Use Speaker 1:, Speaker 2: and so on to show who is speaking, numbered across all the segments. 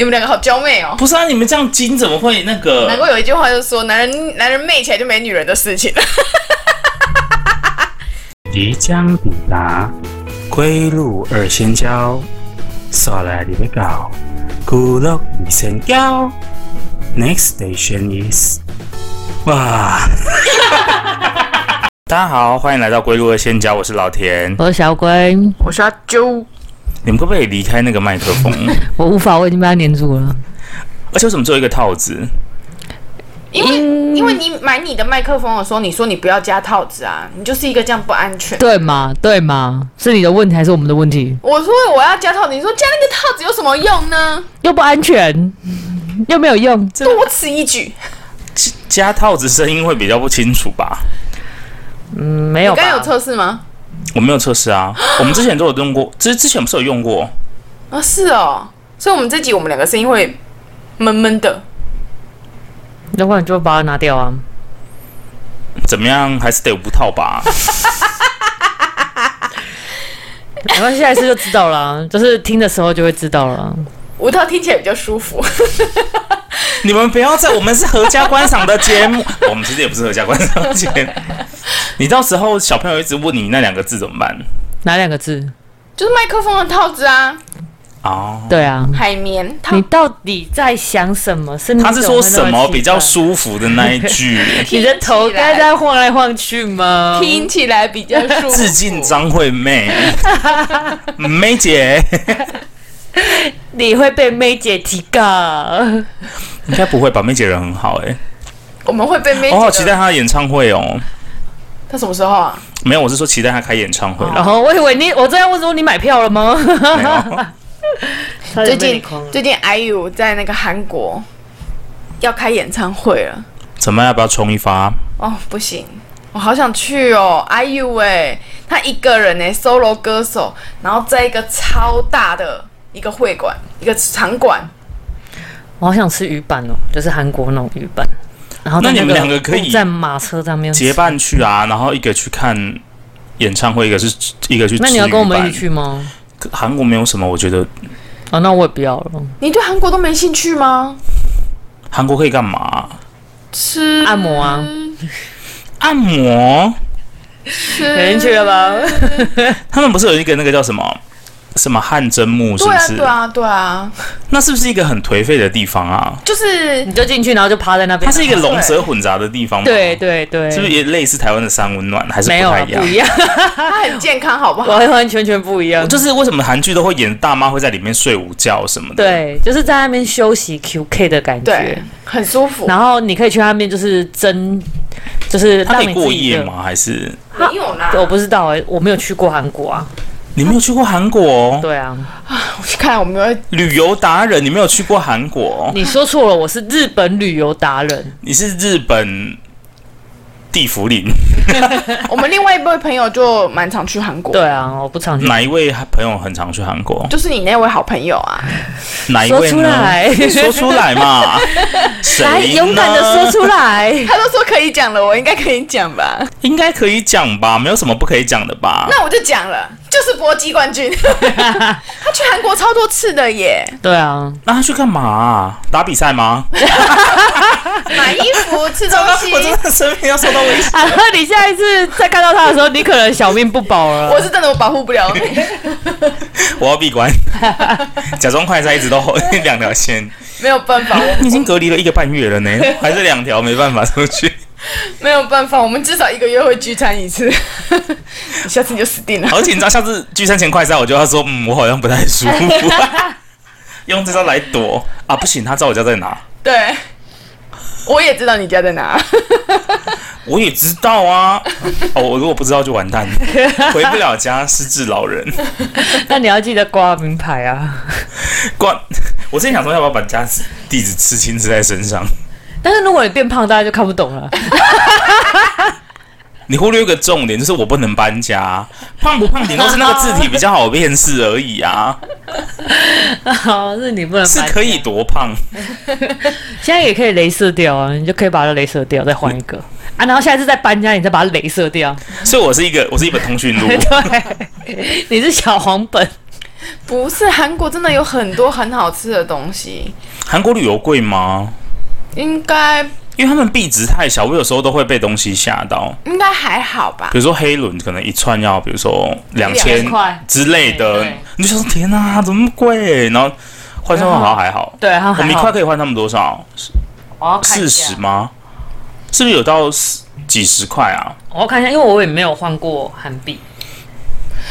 Speaker 1: 你们两个好娇媚哦。
Speaker 2: 不是啊，你们这样筋怎么会那
Speaker 1: 难
Speaker 2: 个？
Speaker 1: 怪有一句话就说，男人男人媚起来就没女人的事情了。
Speaker 3: 即将抵达龟路二仙交，刷来你要到古鹿二仙交。Next station is，哇！
Speaker 2: 大家好，欢迎来到归路二仙交，我是老田。
Speaker 4: 我是小龟，
Speaker 1: 我说要揪，
Speaker 2: 你们可不可以离开那个麦克 风？
Speaker 4: 我无法，我已经被他黏住了。
Speaker 2: 而且为什么只有一个套子？
Speaker 1: 因为、因为你买你的麦克风的时候，你说你不要加套子啊，你就是一个这样不安全。
Speaker 4: 对嘛，对嘛，是你的问题还是我们的问题？
Speaker 1: 我说我要加套子，你说加那个套子有什么用呢？
Speaker 4: 又不安全，又没有用。
Speaker 1: 多此一举。
Speaker 2: 加加套子声音会比较不清楚吧？
Speaker 4: 嗯，没
Speaker 1: 你
Speaker 4: 有
Speaker 1: 刚刚有
Speaker 4: 吧？
Speaker 1: 测试吗？
Speaker 2: 我没有测试啊，我们之前都有用过，之之前不是有用过？
Speaker 1: 啊，是哦。所以我们这集我们两个声音会闷闷的。
Speaker 4: 要不然你就把它拿掉啊。
Speaker 2: 怎么样？还是得无套吧？
Speaker 4: 没关系，下一次就知道了， 就是听的时候就会知道了。
Speaker 1: 五套听起来比较舒服。
Speaker 2: 你们不要在，我们是合家观赏的节目， 我们其实也不是合家观赏的节 目。你到时候小朋友一直问你那两个字怎么办？
Speaker 4: 哪两个字？
Speaker 1: 就是麦克风的套子啊，
Speaker 2: 哦，
Speaker 4: 对啊，
Speaker 1: 海绵套
Speaker 4: 你。到底在想什么？是你
Speaker 2: 他是说
Speaker 4: 怎会
Speaker 2: 什
Speaker 4: 那
Speaker 2: 么
Speaker 4: 奇
Speaker 2: 比较
Speaker 4: 怪？
Speaker 2: 舒服的那一 句？
Speaker 4: 你的头该在晃来晃去吗？
Speaker 1: 听起来比较 舒服。
Speaker 2: 致敬张惠 妹，妹姐
Speaker 4: 你会被妹姐提告。
Speaker 2: 应该不会吧？妹姐人很好哎、
Speaker 1: 我们会被妹。
Speaker 2: 我好期待。她的演唱会哦。
Speaker 1: 他什么时候啊？
Speaker 2: 没有，我是说期待她开演唱会 哎
Speaker 4: 然后我以为你，我正要问说你买票了吗？
Speaker 2: 没有，
Speaker 1: 最
Speaker 4: 最
Speaker 1: 近最近 IU 在那个韩国要开演唱会了。
Speaker 2: 怎么样？要不要冲一发？
Speaker 1: 哦，不行，我好想去哦！IU 哎、他一个人哎、solo 歌手，然后在一个超大的一个会馆，一个场馆，
Speaker 4: 我好想吃鱼板哦，就是韩国那种鱼板。然后在
Speaker 2: 那你们
Speaker 4: 个
Speaker 2: 两个可以
Speaker 4: 木在马车上面吃
Speaker 2: 结。伴去啊，然后一个去看演唱会，一个是一个去。
Speaker 4: 那你要跟我们一起？去吗？
Speaker 2: 韩国没有什么，我觉得
Speaker 4: 哦，那我也不要了。
Speaker 1: 你对韩国都没兴趣吗？
Speaker 2: 韩国可以干嘛、
Speaker 1: 吃
Speaker 4: 按摩啊，
Speaker 2: 按摩？
Speaker 1: 吃
Speaker 4: 有人去了吧？
Speaker 2: 他们不是有一个那个叫什么什么汗蒸木，是
Speaker 1: 对
Speaker 2: 不
Speaker 1: 啊
Speaker 2: 是？
Speaker 1: 对啊对啊，
Speaker 2: 那是不是一个很颓废的地方啊？
Speaker 1: 就是
Speaker 4: 你就进去，然后就趴在那边。
Speaker 2: 它是一个龙蛇混杂的地方吗？
Speaker 4: 啊 对对对，
Speaker 2: 是不是也类似台湾的三温暖，还是
Speaker 4: 没有
Speaker 2: 不
Speaker 4: 啊
Speaker 2: 太一样
Speaker 4: 不？一样，
Speaker 1: 它很健康，好不 好？
Speaker 4: 完完全全不一样。
Speaker 2: 就是为什么韩剧都会演大妈会在里面睡午觉什么的？，
Speaker 4: 对，就是在那边休息 QK 的感
Speaker 1: 对
Speaker 4: 觉。，
Speaker 1: 很舒服。
Speaker 4: 然后你可以去那边，就是蒸，就是
Speaker 2: 他
Speaker 4: 让
Speaker 2: 可
Speaker 4: 你
Speaker 2: 以
Speaker 4: 自己
Speaker 2: 过夜
Speaker 4: 热？
Speaker 2: 吗？还是
Speaker 1: 没有啦，
Speaker 4: 我不知道哎、我没有去过韩国啊。
Speaker 2: 你没有去过韩国、哦？
Speaker 4: 对啊，
Speaker 1: 看来我们有
Speaker 2: 旅游达人，你没有去过韩国、哦，
Speaker 4: 你说错了，我是日本旅游达人。
Speaker 2: 你是日本地福林
Speaker 1: 我们另外一位朋友就蛮常去韩国，
Speaker 4: 对，啊，我不常去。
Speaker 2: 哪一位朋友很常去韩国？
Speaker 1: 就是你那位好朋友啊，
Speaker 2: 哪一位
Speaker 4: 说出来
Speaker 2: 呢？ 说出来 嘛，
Speaker 4: 来，
Speaker 2: 谁呢
Speaker 4: 勇敢的说出来。
Speaker 1: 他都说可以讲了，我应该可以讲吧？
Speaker 2: 应该可以讲吧，没有什么不可以讲的 吧？
Speaker 1: 那我就讲了，就是搏击冠 军，他去韩国超多次的耶，
Speaker 4: 对啊，
Speaker 2: 那他去干嘛、啊打比赛吗？
Speaker 1: 买衣服、吃东 西
Speaker 2: 我。真的生命要受到威胁。
Speaker 4: 啊，你下一次再看到他的时候，你可能小命不保 了。
Speaker 1: 我是真的我保护不了你，
Speaker 2: 我要闭 关，假装快餐一直都 两条线。
Speaker 1: 没有办法，我
Speaker 2: 你已经隔离了一个半月 了呢，还是两条没办法出去。
Speaker 1: 没有办法，我们至少一个月会聚餐一次， 你下次你就死定了。
Speaker 2: 好紧张，下次聚餐前快餐，我就要说，嗯，我好像不太舒 服、用这招来躲啊！不行，他知道我家在哪，
Speaker 1: 对，我也知道你家在哪，
Speaker 2: 我也知道啊。 哦，我如果不知道就完蛋了，回不了家，失智老人。
Speaker 4: 那你要记得挂名牌啊。
Speaker 2: 关， 我之前想说要不要把家地址刺青刺在身上。
Speaker 4: 但是如果你变胖，大家就看不懂 了。
Speaker 2: 你忽略一个重点，就是我不能搬家，胖不胖顶多是那个字体比较好辨识而已啊，
Speaker 4: 好，哦是你不能
Speaker 2: 是
Speaker 4: 买。
Speaker 2: 可以多胖。
Speaker 4: 现在也可以镭射掉啊，你就可以把它镭射掉，再换一个啊。然后下一次再搬家，你再把它 镭射掉。
Speaker 2: 所以我是一个，我是一本通讯录，
Speaker 4: 对，你是小黄本。
Speaker 1: 不是韩国真的有很多很好吃的东西，
Speaker 2: 韩国旅游贵吗？
Speaker 1: 应该
Speaker 2: 因为他们币值太小，我有时候都会被东西吓到。
Speaker 1: 应该还好吧？
Speaker 2: 比如说黑轮可能一串要，比如说两千
Speaker 1: 2000
Speaker 4: 块
Speaker 2: 之类的
Speaker 4: 对对，
Speaker 2: 你就想说天哪、怎么那么贵？然后换算好像还好，
Speaker 4: 对，他
Speaker 2: 我
Speaker 4: 还
Speaker 2: 们一
Speaker 4: 好
Speaker 2: 块可以换他们多少？
Speaker 4: 我要看
Speaker 2: 四
Speaker 4: 一下
Speaker 2: 十吗？是不是有到40几十块啊？
Speaker 4: 我要看一下，因为我也没有换过韩币，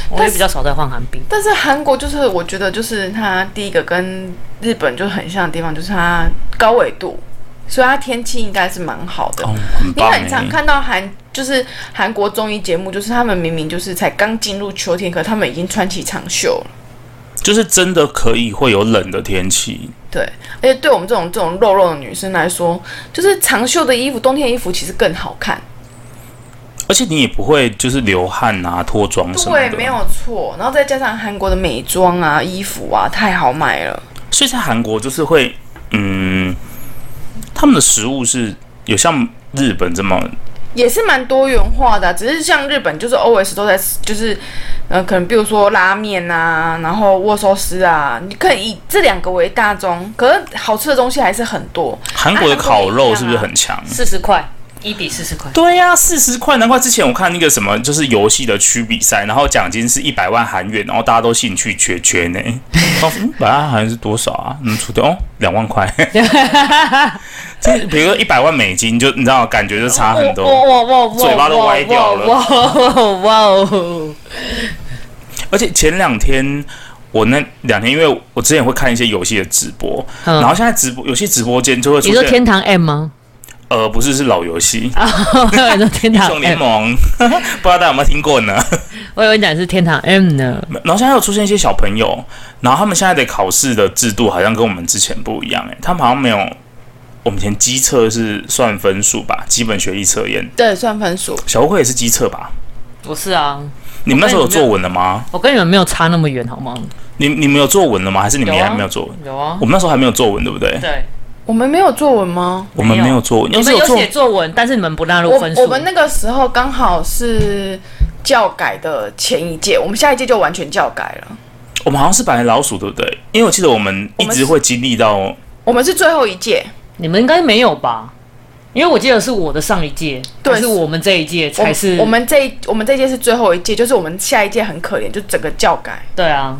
Speaker 4: 我也比较少在换韩币。
Speaker 1: 但是韩国就是我觉得就是它第一个跟日本就很像的地方，就是它高纬度，所以它天气应该是蛮好的。
Speaker 2: 哦，很
Speaker 1: 你
Speaker 2: 棒
Speaker 1: 很常
Speaker 2: 哎！
Speaker 1: 看到韩就是韩国综艺节目，就是他们明明就是才刚进入秋天，可他们已经穿起长袖了。
Speaker 2: 就是真的可以会有冷的天气，
Speaker 1: 对，而且对我们这种这种肉肉的女生来说，就是长袖的衣服，冬天的衣服其实更好看。
Speaker 2: 而且你也不会就是流汗啊、脱妆什么
Speaker 1: 对，
Speaker 2: 的。
Speaker 1: 没有错。然后再加上韩国的美妆啊、衣服啊，太好买了。
Speaker 2: 所以在韩国就是会，嗯，他们的食物是有像日本这么
Speaker 1: 也是蛮多元化的啊、只是像日本就是 always 都在吃就是，呃，可能比如说拉面啊，然后握寿司啊，你可以以这两个为大宗，可是好吃的东西还是很多。
Speaker 2: 韩国的烤肉是不是很强？
Speaker 4: 四十块，一比四十块，
Speaker 2: 对呀、四十块，难怪之前我看那个什么，就是游戏的区比赛，然后奖金是一百万韩元，然后大家都兴趣缺缺呢。哦，一百万韩元是多少啊？嗯，出的哦，两万 块。这比如说一百万美金，就你知道，感觉就差很
Speaker 4: 哇
Speaker 2: 多。
Speaker 4: 哇哇哇，
Speaker 2: 嘴巴都歪掉了
Speaker 4: 哇哇哇哦！
Speaker 2: 而且前两天我那两天，因为我之前会看一些游戏的直播，
Speaker 4: 嗯
Speaker 2: 然后现在直播有些直播间就会出
Speaker 4: 你说
Speaker 2: 现，
Speaker 4: 天啊堂 M 吗？
Speaker 2: 呃，不是是老游戏。
Speaker 4: 你说天
Speaker 2: 英
Speaker 4: 堂
Speaker 2: 雄联
Speaker 4: M，
Speaker 2: 盟， 不知道大家有没有听过呢？
Speaker 4: 我以为你讲的是天堂 M 呢。
Speaker 2: 然后现在有出现一些小朋友，然后他们现在的考试的制度好像跟我们之前不一样、欸，他们好像没有我们以前机测是算分数吧，基本学历测验，
Speaker 1: 对，算分数。
Speaker 2: 小乌龟也是机测吧？
Speaker 4: 不是啊，
Speaker 2: 你们那时候有作文了吗？
Speaker 4: 我跟你们没有差那么远，好吗？
Speaker 2: 你你们有作文了吗？还是你们也还没有作文？
Speaker 4: 有啊
Speaker 2: 我，们那时候还没有作文，对不对？
Speaker 4: 对，
Speaker 1: 我们没有作文吗？
Speaker 2: 我们没有作文，要
Speaker 4: 你
Speaker 2: 是
Speaker 4: 们有
Speaker 2: 作
Speaker 4: 写作文，但是你们不纳入
Speaker 1: 我
Speaker 4: 分数。
Speaker 1: 我们那个时候刚好是教改的前一届，我们下一届就完全教改了。
Speaker 2: 我们好像是白老鼠，对不对？因为我记得我们一
Speaker 1: 我们是
Speaker 2: 直会经历到，
Speaker 1: 我们是最后一届，
Speaker 4: 你们应该没有吧？因为我记得是我的上一届，
Speaker 1: 对
Speaker 4: 还是我们这一届
Speaker 1: 我
Speaker 4: 才是
Speaker 1: 我们这一我们这一届是最后一届，就是我们下一届很可怜，就整个教改。
Speaker 4: 对啊，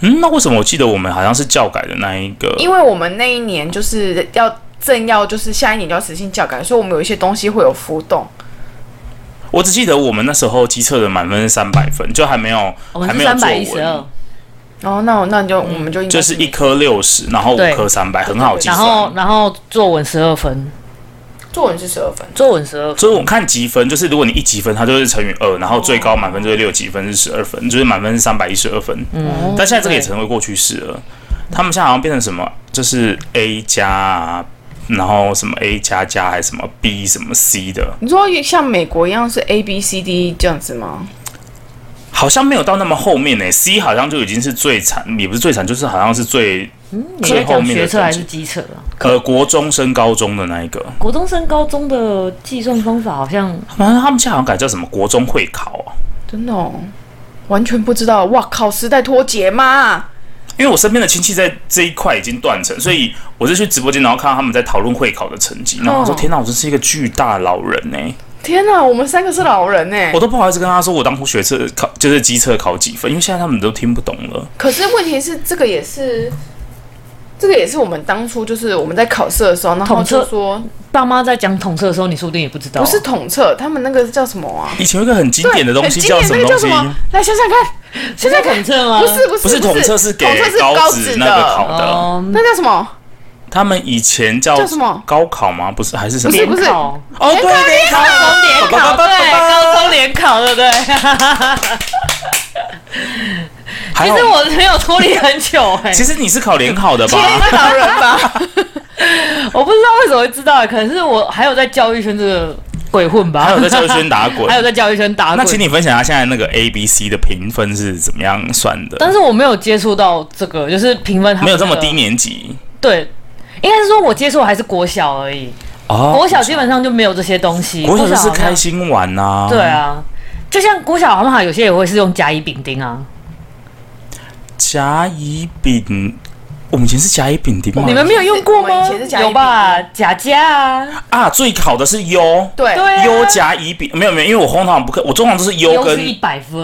Speaker 2: 嗯，那为什么我记得我们好像是教改的那一个？
Speaker 1: 因为我们那一年就是要正要就是下一年就要实行教改，所以我们有一些东西会有浮动。
Speaker 2: 我只记得我们那时候机测的满分是三百分，就还没有
Speaker 4: 我们
Speaker 2: 还
Speaker 4: 是
Speaker 2: 没有
Speaker 4: 三
Speaker 2: 作
Speaker 4: 百一十
Speaker 2: 文
Speaker 4: 二，，
Speaker 1: 哦，那我那你就、我们就应该
Speaker 2: 就是一科六十，然后五
Speaker 4: 对
Speaker 2: 科三百，很好计
Speaker 4: 然
Speaker 2: 算。
Speaker 4: 后然后作文十二分，
Speaker 1: 作文是十二分，
Speaker 4: 作文十二分，
Speaker 2: 所以我看积分，就是如果你一积分，它就是乘以二，然后最
Speaker 4: 哦
Speaker 2: 高满分就是六积分是十二分，就是满分是三百一十二分。
Speaker 4: 嗯，
Speaker 2: 但现在这个也成为过去式了，他们现在好像变成什么，就是 A 加啊，然后什么 A 加加还是什么 B 什么 C 的，
Speaker 1: 你说像美国一样是 A B C D 这样子吗？
Speaker 2: 好像没有到那么后面呢、C 好像就已经是最惨，也不是最惨，就是好像是最
Speaker 4: 嗯你在
Speaker 2: 最后
Speaker 4: 讲
Speaker 2: 面的
Speaker 4: 学测还
Speaker 2: 成
Speaker 4: 是
Speaker 2: 绩
Speaker 4: 基测啊？
Speaker 2: 呃国中升高中的那一个。
Speaker 4: 国中升高中的计算方法好像
Speaker 2: 反正他们现在好像改叫什么国中会考啊。
Speaker 1: 真的、哦，完全不知道。哇靠，时代脱节嘛！
Speaker 2: 因为我身边的亲戚在这一块已经断层，所以我是去直播间，然后看到他们在讨论会考的成绩，然后我说：“
Speaker 1: 哦
Speaker 2: 天哪，我真是一个巨大老人呢、
Speaker 1: 天哪，我们三个是老人欸呢、
Speaker 2: 我都不好意思跟他说我当初学测考就是机测考几分，因为现在他们都听不懂了。
Speaker 1: 可是问题是，这个也是，这个也是我们当初就是我们在考试的时候，然后
Speaker 4: 统测哦
Speaker 1: 就说
Speaker 4: 爸妈在讲统测的时候，你说不定也不知道。
Speaker 1: 不是统测，他们那个叫什么啊？
Speaker 2: 以前有一个很经
Speaker 1: 对，
Speaker 2: 典的东西
Speaker 1: 很经典
Speaker 2: 什
Speaker 1: 那
Speaker 2: 么
Speaker 1: 个
Speaker 2: 东
Speaker 1: 叫
Speaker 2: 西
Speaker 1: 什？么？来想想看，
Speaker 4: 是
Speaker 1: 想想
Speaker 4: 在统
Speaker 1: 看，
Speaker 4: 测吗？
Speaker 1: 不是不是
Speaker 2: 不是统测，是给
Speaker 1: 统测是
Speaker 2: 高
Speaker 1: 职
Speaker 2: 职那个考的，
Speaker 4: 哦，
Speaker 1: 那叫什么？
Speaker 2: 他们以前叫
Speaker 1: 叫什么
Speaker 2: 高考吗？不是还是什么
Speaker 1: 不？是哎不是
Speaker 4: 联考
Speaker 2: 哦，对，联考
Speaker 4: 高中联考，对，高中联考，对不 对？
Speaker 2: 还
Speaker 4: 其
Speaker 2: 有
Speaker 4: 实，我没有脱离很久哎、
Speaker 2: 其实你是考联考的吧？
Speaker 1: 老人吧？
Speaker 4: 我不知道为什么会知道，可能是我还有在教育圈这个鬼混吧，
Speaker 2: 还有在教育圈 打滚，
Speaker 4: 还有在教育圈打
Speaker 2: 那请
Speaker 4: 滚。
Speaker 2: 你分享一下现在那个 A、B、C 的评分是怎么样算的？
Speaker 4: 但是我没有接触到这个，就是评分他们
Speaker 2: 没有这么
Speaker 4: 的
Speaker 2: 低。年级
Speaker 4: 对，应该是说我接触的还是国小而已，
Speaker 2: 哦
Speaker 4: 国小基本上就没有这些东西。
Speaker 2: 国小就是
Speaker 4: 好像
Speaker 2: 开心玩呐、
Speaker 4: 啊对，啊，就像国小好不好？有些也会是用甲乙丙丁啊。
Speaker 2: 甲乙丙，我们以前是甲乙丙丁啊吗
Speaker 4: 你？们没有用
Speaker 1: 我
Speaker 4: 过吗
Speaker 1: 们以前是？甲乙
Speaker 4: 有吧？假假啊，
Speaker 2: 啊，最考的是优，
Speaker 1: 对
Speaker 4: 对啊
Speaker 2: 优甲乙丙，没有没有，因为我通常不可，我通常都是优
Speaker 4: 优是一
Speaker 2: 跟。
Speaker 4: 百分。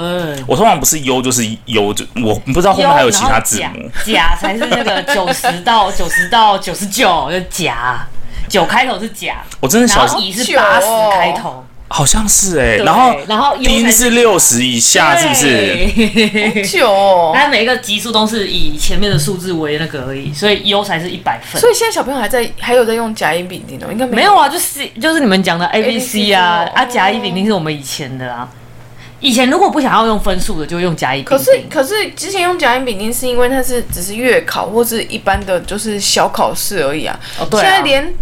Speaker 2: 我通常不是优就是优，就我不知道后面还有其他字
Speaker 4: 然后
Speaker 2: 母。
Speaker 4: 甲，甲才是 那个九十到九十到九十九，就甲，九开头是甲，
Speaker 2: 我真的小
Speaker 4: 然
Speaker 2: 时
Speaker 4: 后
Speaker 2: 候
Speaker 4: 乙是
Speaker 1: 九
Speaker 4: 八十
Speaker 1: 哦
Speaker 4: 开头，
Speaker 2: 好像是哎、
Speaker 4: 对
Speaker 2: 然后
Speaker 4: 然后优
Speaker 2: 丁
Speaker 4: 才
Speaker 2: 是六十以下，是不是？
Speaker 4: 是？
Speaker 1: 久哦、
Speaker 4: 它每一个级数都是以前面的数字为那个而已，所以 U 才是一百分。
Speaker 1: 所以现在小朋友还在还有在用甲乙丙丁哦，应该
Speaker 4: 没有啊，就是就是你们讲的 A B C 啊
Speaker 1: ABC 哦
Speaker 4: 啊，甲乙丙丁是我们以前的啊。以前如果不想要用分数的，就用甲乙
Speaker 1: 可
Speaker 4: 丙
Speaker 1: 是
Speaker 4: 丁。
Speaker 1: 可是之前用甲乙丙丁是因为它是只是月考或是一般的就是小考试而已啊。
Speaker 4: 哦对啊
Speaker 1: 现在连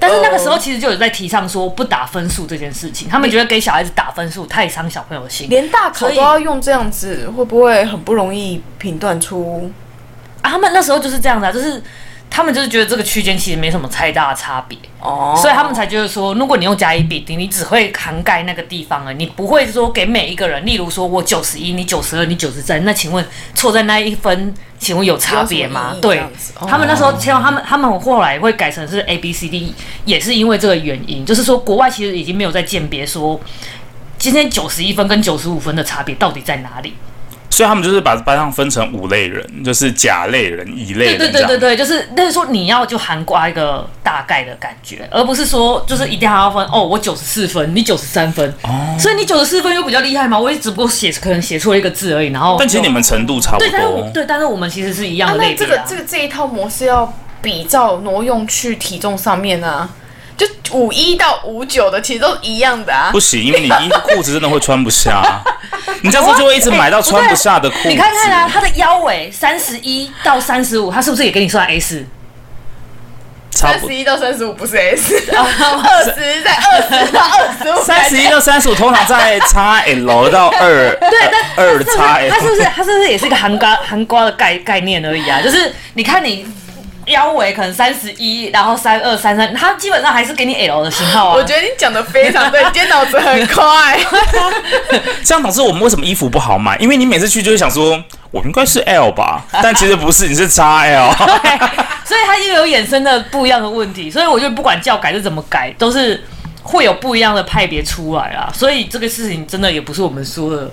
Speaker 4: 但是那个时候其实就有在提倡说不打分数这件事情，他们觉得给小孩子打分数太伤小朋友的心
Speaker 1: 连大考
Speaker 4: 所以
Speaker 1: 都要用这样子，会不会很不容易评断出？
Speaker 4: 啊。他们那时候就是这样子啊，就是他们就是觉得这个区间其实没什么太大的差别。
Speaker 1: 哦，
Speaker 4: 所以他们才觉得说，如果你用甲乙丙丁，你只会涵盖那个地方了，你不会说给每一个人。例如说，我九十一，你九十二，你九十三，那请问错在那一分，请问有差别吗
Speaker 1: 有什么意义？这
Speaker 4: 对
Speaker 1: 样子哦，
Speaker 4: 他们那时候，其实他们他们后来会改成是 A B C D，也是因为这个原因，就是说国外其实已经没有在鉴别说。今天九十一分跟九十五分的差别到底在哪里？
Speaker 2: 所以他们就是把班上分成五类人，就是甲类人、乙类
Speaker 4: 对
Speaker 2: 人
Speaker 4: 对
Speaker 2: 这
Speaker 4: 对
Speaker 2: 样。
Speaker 4: 对对，就是但是说你要就涵盖一个大概的感觉，而不是说就是一定还要分哦，我九十四分，你九十三分，所以你九十四分又比较厉害嘛，我也只不过写可能写错一个字而已，然后
Speaker 2: 但其实你们程度差不
Speaker 4: 哦对，但是我
Speaker 2: 多。
Speaker 4: 对，啊但是我们其实是一样
Speaker 1: 啊，
Speaker 4: 的
Speaker 1: 那
Speaker 4: 类
Speaker 1: 这
Speaker 4: 别、啊
Speaker 1: 个这个这一套模式要比照挪用去体重上面啊，就五一到五九的其实都一样的啊
Speaker 2: 不。行，因为你衣 裤子真的会穿不下，你这样子就会一直买到穿不下的裤子。
Speaker 4: 你看看啊，它的腰围三十一到三十五，它是不是也给你算 S？
Speaker 2: 差
Speaker 1: 三
Speaker 2: 不
Speaker 1: 十一到三十五不是 S，二 十在二十到二十五，
Speaker 2: 三十一到三十五，通常在 x L 到二，对，二哎
Speaker 4: 是
Speaker 2: x
Speaker 4: 不是
Speaker 2: L
Speaker 4: 它。是不是它是不是也是一个含瓜含瓜的概概念而已啊？就是你看你腰围可能三十一，然后三二三三，它基本上还是给你 L 的型号啊。
Speaker 1: 我觉得你讲的非常对，你今天脑子很快。
Speaker 2: 这样导致我们为什么衣服不好买？因为你每次去就会想说，我应该是 L 吧，但其实不是，你是 x L。
Speaker 4: 对，所以它又有衍生的不一样的问题，所以我觉得不管教改是怎么改，都是会有不一样的派别出来啊。所以这个事情真的也不是我们说的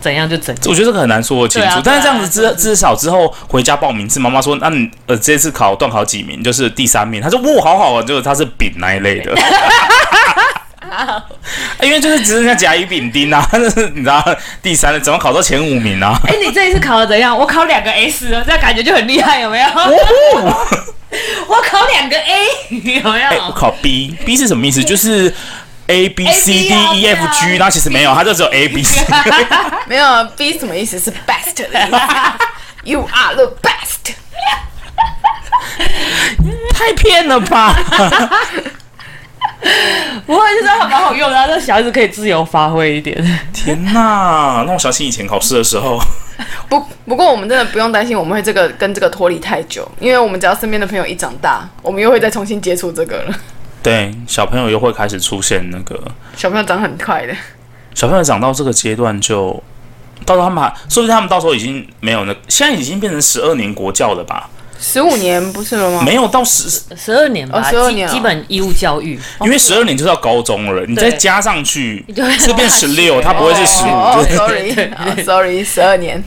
Speaker 4: 怎样就怎样。
Speaker 2: 我觉得这个很难说得清楚，
Speaker 4: 对啊
Speaker 2: 但是这样子
Speaker 4: 对
Speaker 2: 至
Speaker 4: 啊
Speaker 2: 至少之后回家报名次，妈妈说，那你呃这次考段考几名？就是第三名。她说，哇，好好啊，就是她是丙那一类的。 因为就是只剩下甲乙丙丁啊，但是你知道第三了，怎么考到前五名啊？
Speaker 4: 哎、你这一次考的怎样？我考两个 S，这样感觉就很厉害，有没有？
Speaker 2: 哦
Speaker 4: 哦我考两个 A，有没有？
Speaker 2: 哎、我考 B，B 是什么意思？就是 A B C D
Speaker 4: A B 啊
Speaker 2: E F
Speaker 4: 对
Speaker 2: G，
Speaker 4: 啊
Speaker 2: 那其实没有，它就只有 A B C。
Speaker 1: 没有啊 B 什么意思？是 best 的意思，You are the best。
Speaker 2: 太骗了吧！
Speaker 4: 不过就是还蛮好用的、啊，让小孩子可以自由发挥一点。
Speaker 2: 天哪，让我想起以前考试的时候，
Speaker 1: 不不过我们真的不用担心我们会这个跟这个脱离太久，因为我们只要身边的朋友一长大，我们又会再重新接触这个了。
Speaker 2: 对小朋友又会开始出现那个
Speaker 1: 小朋友长很快的，
Speaker 2: 小朋友长到这个阶段就，到时候他们还，说不定他们到时候已经没有那，现在已经变成十二年国教了吧？
Speaker 1: 十五年不是了吗？
Speaker 2: 没有到十，
Speaker 4: 十二年啊吧，
Speaker 1: 哦12年哦
Speaker 4: 基基本义务教育，
Speaker 2: 因为十二年就是到高中了，你再
Speaker 4: 对
Speaker 2: 加上去
Speaker 4: 就会
Speaker 2: 是变十六，他不会是十
Speaker 1: 哦
Speaker 2: 五。就是
Speaker 1: ，sorry，sorry，十二年。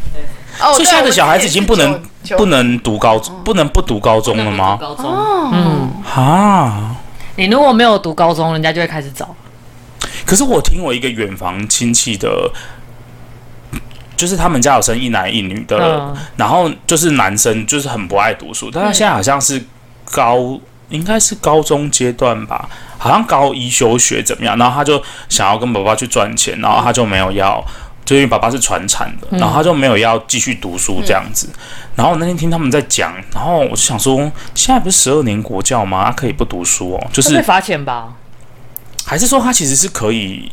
Speaker 1: 哦，
Speaker 2: 所以现在的小孩子已经不能不
Speaker 1: 能
Speaker 2: 能读高，不能不读高中了吗？
Speaker 4: 高中，
Speaker 1: 哦，
Speaker 2: 啊！
Speaker 4: 你如果没有读高中，人家就会开始找。
Speaker 2: 可是我听我一个远房亲戚的，就是他们家有生一男一女的，
Speaker 4: 嗯，
Speaker 2: 然后就是男生就是很不爱读书，
Speaker 1: 嗯
Speaker 2: 但他现在好像是高，应该是高中阶段吧，好像高一休学怎么样，然后他就想要跟爸爸去赚钱，然后他就没有要。就因为爸爸是传产的，
Speaker 1: 嗯
Speaker 2: 然后他就没有要继续读书这样子。然后我那天听他们在讲，然后我就想说，嗯现在不是十二年国教吗？他啊可以不读书哦，就
Speaker 4: 会被
Speaker 2: 是
Speaker 4: 罚钱吧？
Speaker 2: 还是说他其实是可以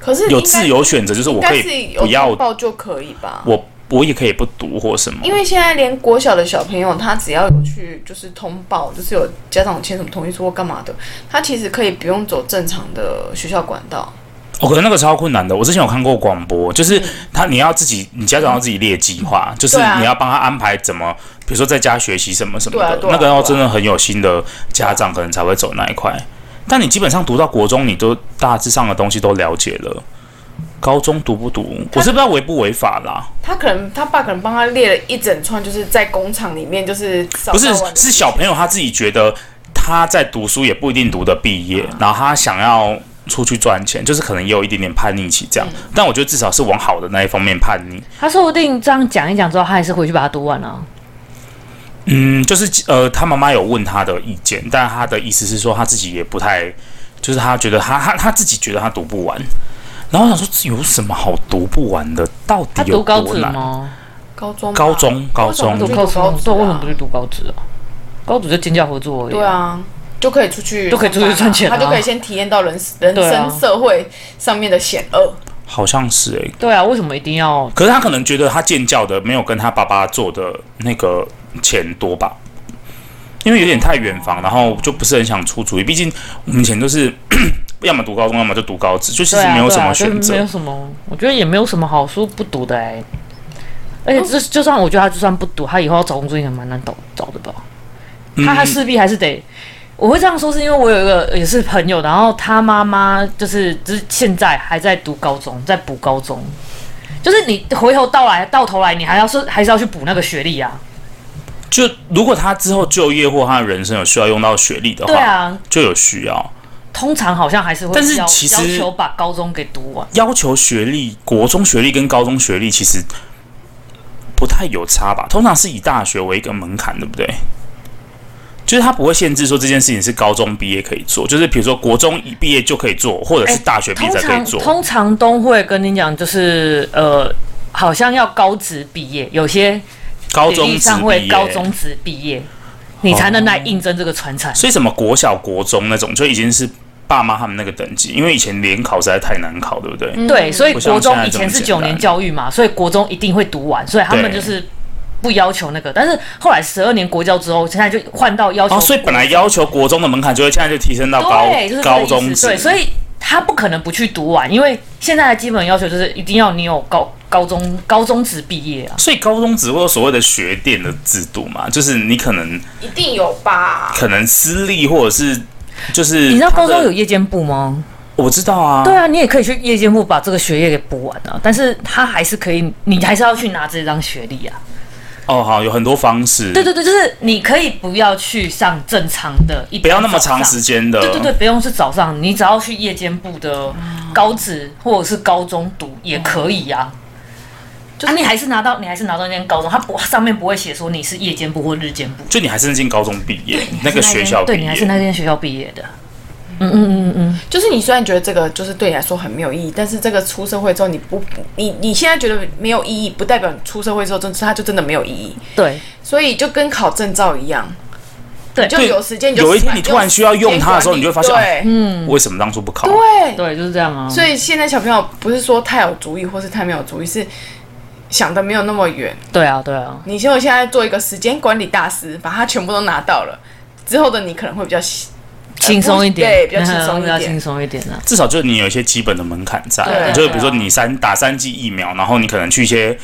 Speaker 1: 可是
Speaker 2: 有自由选择，就是我
Speaker 1: 应
Speaker 2: 可
Speaker 1: 该
Speaker 2: 以
Speaker 1: 是
Speaker 2: 不要
Speaker 1: 有，报就可以吧？
Speaker 2: 我我也可以不读或什么。
Speaker 1: 因为现在连国小的小朋友，他只要有去就是通报，就是有家长签什么同意书或干嘛的，他其实可以不用走正常的学校管道。
Speaker 2: 哦，可是那个超困难的。我之前有看过广播，就是他你要自己，你家长要自己列计划，就是
Speaker 1: 对啊
Speaker 2: 你要帮他安排怎么，比如说在家学习什么什么
Speaker 1: 对
Speaker 2: 的。
Speaker 1: 啊对啊
Speaker 2: 那个
Speaker 1: 对
Speaker 2: 要
Speaker 1: 啊
Speaker 2: 真的很有心的家长，可能才会走那一块。但你基本上读到国中，你都大致上的东西都了解了。高中读不读，我是不知道违不违法啦。
Speaker 1: 他可能他爸可能帮他列了一整串，就是在工厂里面就是
Speaker 2: 不
Speaker 1: 不
Speaker 2: 是，是小朋友他自己觉得他在读书也不一定读得毕业，
Speaker 1: 嗯
Speaker 2: 然后他想要出去赚钱，就是可能也有一点点叛逆期
Speaker 1: 嗯
Speaker 2: 这样。但我觉得至少是往好的那一方面叛逆。
Speaker 4: 他说不定这样讲一讲之后，他还是回去把它读完啊了、
Speaker 2: 嗯，就是呃，他妈妈有问他的意见，但他的意思是说他自己也不太，就是他觉得他他他自己觉得他读不完。然后我想说，有什么好读不完的？到底
Speaker 4: 他
Speaker 2: 有
Speaker 4: 读高
Speaker 2: 多
Speaker 4: 职
Speaker 2: 难？
Speaker 4: 吗？
Speaker 1: 高中吧
Speaker 2: 高中高
Speaker 1: 他
Speaker 2: 中
Speaker 1: 读
Speaker 4: 读
Speaker 1: 高
Speaker 4: 高
Speaker 1: 职
Speaker 4: 职
Speaker 1: 啊
Speaker 4: 吗，对，为什么不去嗯读高职啊？高职就兼教合作而已。
Speaker 1: 对，啊，就可以出去
Speaker 4: 就可以出去赚钱
Speaker 1: 上班啊他
Speaker 4: 啊
Speaker 1: 就可以先体验到人人
Speaker 4: 对啊
Speaker 1: 生社会上面的险恶。
Speaker 2: 好像是诶、
Speaker 4: 对啊，为什么一定要？
Speaker 2: 可是他可能觉得他建教的没有跟他爸爸做的那个钱多吧，因为有点太远房，然后就不是很想出主意。毕竟我们以前都是 要么读高中，要么就读高职，就其
Speaker 4: 对
Speaker 2: 实
Speaker 4: 啊，
Speaker 2: 没有什
Speaker 4: 对啊
Speaker 2: 么
Speaker 4: 就
Speaker 2: 选择。
Speaker 4: 没有什么，我觉得也没有什么好说不读的哎、而且就就算我觉得他就算不读，他以后要找工作应该蛮难找找的吧？
Speaker 2: 嗯
Speaker 4: 他他势必还是得。我会这样说，是因为我有一个也是朋友，然后他妈妈就是就是现在还在读高中，在补高中，就是你回头到来到头来，你还要说还是要去补那个学历啊。
Speaker 2: 就如果他之后就业或他的人生有需要用到学历的话，
Speaker 4: 对啊，
Speaker 2: 就有需要
Speaker 4: 通常好像还是
Speaker 2: 哦
Speaker 4: 会
Speaker 2: 但是
Speaker 4: 要
Speaker 2: 其实
Speaker 4: 要求把高中给读完。
Speaker 2: 要求学历，国中学历跟高中学历其实不太有差吧？通常是以大学为一个门槛，对不对？就是他不会限制说这件事情是高中毕业可以做，就是比如说国中一毕业就可以做，或者是大学毕业
Speaker 4: 通
Speaker 2: 才可以
Speaker 4: 常
Speaker 2: 做。
Speaker 4: 哎通常都会跟你讲，就是呃，好像要高职毕业，有些
Speaker 2: 高
Speaker 4: 比
Speaker 2: 中
Speaker 4: 例
Speaker 2: 职
Speaker 4: 上
Speaker 2: 毕
Speaker 4: 会
Speaker 2: 业，
Speaker 4: 高中职毕业，你才能来应征这个传产。
Speaker 2: 哦所以什么国小、国中那种就已经是爸妈他们那个等级，因为以前联考实在太难考，对不对？
Speaker 4: 对，所以
Speaker 2: 不像
Speaker 4: 国中
Speaker 2: 嗯现在
Speaker 4: 以
Speaker 2: 这么
Speaker 4: 前是
Speaker 2: 简
Speaker 4: 九
Speaker 2: 单
Speaker 4: 年教育嘛，所以国中一定会读完，所以他们
Speaker 2: 对
Speaker 4: 就是不要求那个。但是后来十二年国教之后，现在就换到要求
Speaker 2: 哦，
Speaker 4: 国，
Speaker 2: 所以本来要求国中的门槛就会现在就提升到高
Speaker 4: 对，就是这个
Speaker 2: 高
Speaker 4: 意思
Speaker 2: 中职，
Speaker 4: 对，所以他不可能不去读完，因为现在的基本要求就是一定要你有高高中高中职毕业啊。
Speaker 2: 所以高中只会有所谓的学店的制度嘛，就是你可能
Speaker 1: 一定有吧？
Speaker 2: 可能私立或者是就是
Speaker 4: 你知道
Speaker 2: 它
Speaker 4: 高
Speaker 2: 的
Speaker 4: 中有夜间部吗？
Speaker 2: 我知道啊，
Speaker 4: 对啊，你也可以去夜间部把这个学业给补完啊，但是他还是可以，你还是要去拿这张学历啊。
Speaker 2: 哦好有很多方式，
Speaker 4: 对对对，就是你可以不要去上正常的一，
Speaker 2: 不要那么长时。间的，
Speaker 4: 对对对，不用是早上，你只要去夜间部的高职或者是高中读也可以呀、啊。啊，你还是拿到，你还是拿到那间高中，它不上面不会写说你是夜间部或日间部，
Speaker 2: 就你还是进高中毕业那个学校
Speaker 4: 对
Speaker 2: 毕
Speaker 4: 你还是
Speaker 2: 业，
Speaker 4: 那间学校毕业的。
Speaker 1: 就是你虽然觉得这个就是对你来说很没有意义，但是这个出社会之后你不你你现在觉得没有意义，不代表你出社会之后真它就真的没有意义。
Speaker 4: 对，
Speaker 1: 所以就跟考证照一样，
Speaker 4: 对
Speaker 1: 你就有时间你就
Speaker 2: 有一天
Speaker 1: 使
Speaker 2: 你突然需要用它的时候，你就会发现，
Speaker 1: 对、
Speaker 2: 嗯，为什么当初不考？
Speaker 1: 对。
Speaker 4: 对，就是这样啊。
Speaker 1: 所以现在小朋友不是说太有主意或是太没有主意，是想的没有那么远。
Speaker 4: 对啊，对啊，
Speaker 1: 你像我现在做一个时间管理大师，把它全部都拿到了之后的你可能会比较喜
Speaker 4: 轻松一点，
Speaker 1: 对比较轻松一点
Speaker 4: 嗯 比较轻松一点啊。
Speaker 2: 至少就是你有一些基本的门槛在，
Speaker 1: 对
Speaker 2: 就是比如说
Speaker 4: 对啊
Speaker 2: 你三打三剂疫苗，然后你可能去一些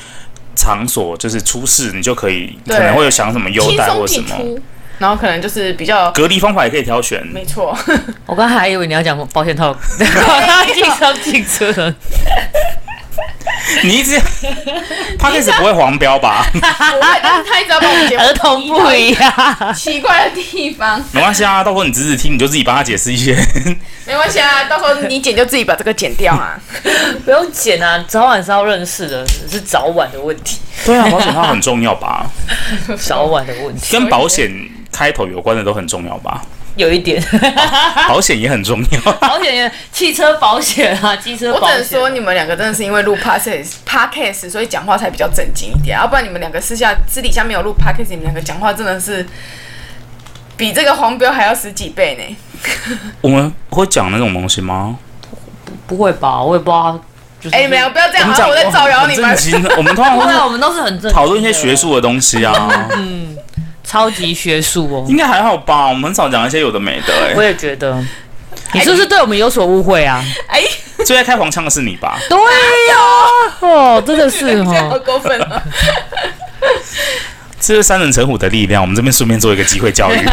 Speaker 2: 场所，就是出事你就可以
Speaker 1: 对
Speaker 2: 可能会有想什么优
Speaker 1: 轻
Speaker 2: 待
Speaker 1: 松
Speaker 2: 或什
Speaker 1: 进
Speaker 2: 么。
Speaker 1: 出，然后可能就是比较
Speaker 2: 隔离方法也可以挑选，
Speaker 1: 没错，
Speaker 4: 我刚才还以为你要讲保险 套，轻松轻松。
Speaker 2: 你一直 p o d 不会黄标吧？
Speaker 1: 不会但是他一直要把我们节目
Speaker 4: 儿童不
Speaker 1: 移
Speaker 4: 宜啊
Speaker 1: 到。奇怪的地方，
Speaker 2: 没关系啊，到时候你侄子听，你就自己帮他解释一些。
Speaker 1: 没关系啊，到时候你剪就自己把这个剪掉 啊。
Speaker 4: 不用剪啊，早晚是要认识的，只是早晚的问题，
Speaker 2: 对啊，保险它很重 要吧？
Speaker 4: 早晚的问题，
Speaker 2: 跟保险开头有关的都很重要吧？
Speaker 4: 有一点。
Speaker 2: 保险也很重 要。
Speaker 4: 保险员，汽车保险啊，机车
Speaker 1: 我
Speaker 4: 保
Speaker 1: 只能
Speaker 4: 险。
Speaker 1: 说，你们两个真的是因为录 podcast podcast，所以讲话才比较正经一点，要不然你们两个私下私底下没有录 podcast，你们两个讲话真的是比这个黄标还要十几倍呢。
Speaker 2: 我们会讲那种东西吗？
Speaker 4: 不会吧？我也不知道他，就是
Speaker 1: 哎、你们两个不要这
Speaker 2: 我
Speaker 1: 样，
Speaker 2: 们
Speaker 1: 好
Speaker 2: 讲
Speaker 1: 像我在造谣你
Speaker 2: 很
Speaker 1: 们。
Speaker 2: 震惊的我们通常
Speaker 4: 不 会啊，
Speaker 2: 会
Speaker 4: 我们都是很正
Speaker 2: 讨论一些学，术的东西啊，
Speaker 4: 超级学术哦。哦
Speaker 2: 应该还好吧？我们很少讲一些有的没的、
Speaker 4: 我
Speaker 2: 欸。
Speaker 4: 也觉得，你是不是对我们有所误会啊？
Speaker 1: 哎，
Speaker 2: 最爱开黄腔的是你吧？
Speaker 4: 对呀、哦，真的是
Speaker 1: 这样好
Speaker 4: 哦，
Speaker 1: 过分了。
Speaker 2: 这是三人成虎的力量。我们这边顺便做一个机会教育。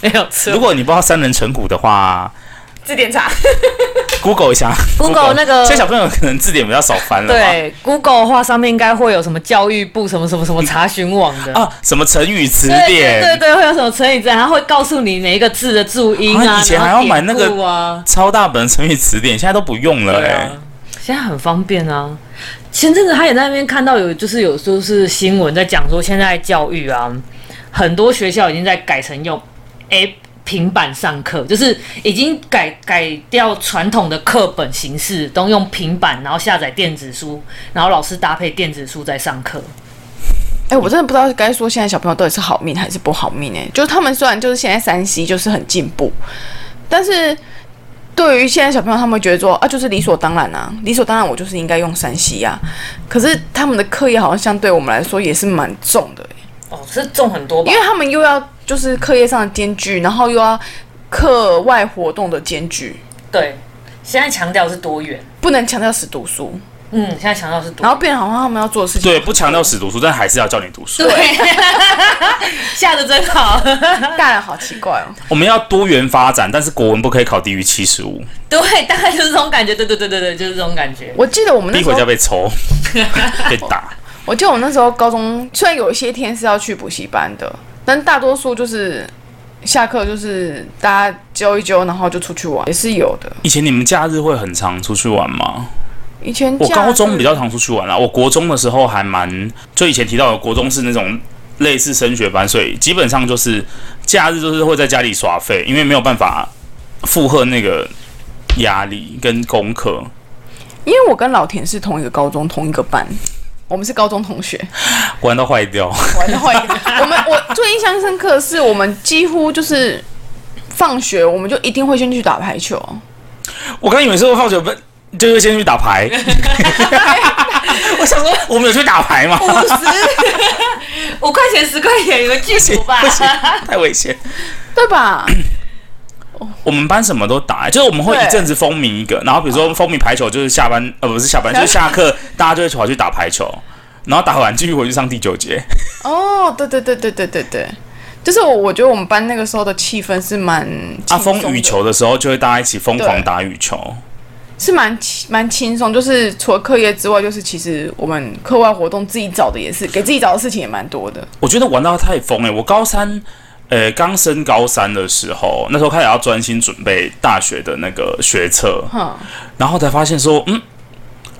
Speaker 4: 没有错
Speaker 2: 如。果你不知道三人成虎的话
Speaker 1: 字典查，
Speaker 2: ，Google 一下。
Speaker 4: Google 那个
Speaker 2: 现在小朋友可能字典比较少翻了。。
Speaker 4: 对，Google 的话上面应该会有什么教育部什么什么什么查询网的。
Speaker 2: 啊，什么成语词
Speaker 4: 对
Speaker 2: 典？
Speaker 4: 对对对，会有什么成语字，它会告诉你每一个字的注音
Speaker 2: 啊
Speaker 4: 啊，
Speaker 2: 以前还
Speaker 4: 然后
Speaker 2: 要买那个
Speaker 4: 典故啊，
Speaker 2: 超大本成语词典，现在都不用了
Speaker 4: 对
Speaker 2: 哎、
Speaker 4: 啊，现在很方便啊。前阵子他也在那边看到有，就是有就是新闻在讲说，现在教育啊，很多学校已经在改成用 A 平板上课，就是已经改改掉传统的课本形式，都用平板，然后下载电子书，然后老师搭配电子书在上课。
Speaker 1: 哎，我真的不知道该说现在小朋友到底是好命还是不好命哎、就是他们虽然就是现在山西就是很进步，但是对于现在小朋友，他们会觉得说啊，就是理所当然啊，理所当然我就是应该用山西啊。可是他们的课业好像相对我们来说也是蛮重的、欸，
Speaker 4: 哦，是重很多吧
Speaker 1: 因为？他们又要就是课业上的兼具，然后又要课外活动的兼具，
Speaker 4: 对，现在强调是多元。
Speaker 1: 不能强调死读书，
Speaker 4: 嗯，现在强调是多
Speaker 1: 然后变得好像他们要做的事情
Speaker 2: 对，不强调死读书，但还是要叫你读书。
Speaker 4: 对，下的真好。
Speaker 1: 大人好奇怪哦。
Speaker 2: 我们要多元发展，但是国文不可以考低于七十五，
Speaker 4: 对，大概就是这种感觉。对对对对对，就是这种感觉。
Speaker 1: 我记得我们那
Speaker 2: 逼
Speaker 1: 时
Speaker 2: 回
Speaker 1: 候
Speaker 2: 家被抽、被打。
Speaker 1: 我记得我那时候高中，虽然有一些天是要去补习班的，但大多数就是下课就是大家揪一揪，然后就出去玩，也是有的。
Speaker 2: 以前你们假日会很常出去玩吗？
Speaker 1: 以前
Speaker 2: 我
Speaker 1: 假日
Speaker 2: 高中比较常出去玩啦，我国中的时候还蛮，就以前提到的国中是那种类似升学班，所以基本上就是假日就是会在家里耍废，因为没有办法负荷那个压力跟功课。
Speaker 1: 因为我跟老田是同一个高中同一个班，我们是高中同学，
Speaker 2: 玩到坏掉，
Speaker 1: 玩的坏。我们我最印象深刻的是，我们几乎就是放学我们就一定会先去打排球，
Speaker 2: 我刚以为是我放学不就是先去打牌， 我想说 我们有去打牌吗？
Speaker 4: 五十五块钱十块钱有个剧
Speaker 2: 不行
Speaker 4: 组吧
Speaker 2: 不？行， 太危险。
Speaker 1: 对 吧？
Speaker 2: 我们班什么都打、就是我们会
Speaker 1: 对啊
Speaker 2: 一阵子风靡一个，然后比如说风靡排球，就是下班呃不是下班，就是下课大家就会跑去打排球，然后打完继续回去上第九节。
Speaker 1: 哦，对对对对对对对。就是我，我觉得我们班那个时候的气氛是蛮
Speaker 2: 啊，
Speaker 1: 轻松的
Speaker 2: 风雨球的时候就会大家一起疯狂
Speaker 1: 对
Speaker 2: 打羽球，
Speaker 1: 是蛮轻蛮轻松，就是除了课业之外，就是其实我们课外活动自己找的也是，给自己找的事情也蛮多的。
Speaker 2: 我觉得玩到太疯哎、我高三。呃，刚升高三的时候，那时候开始要专心准备大学的那个学测，
Speaker 1: 哼，
Speaker 2: 然后才发现说，嗯，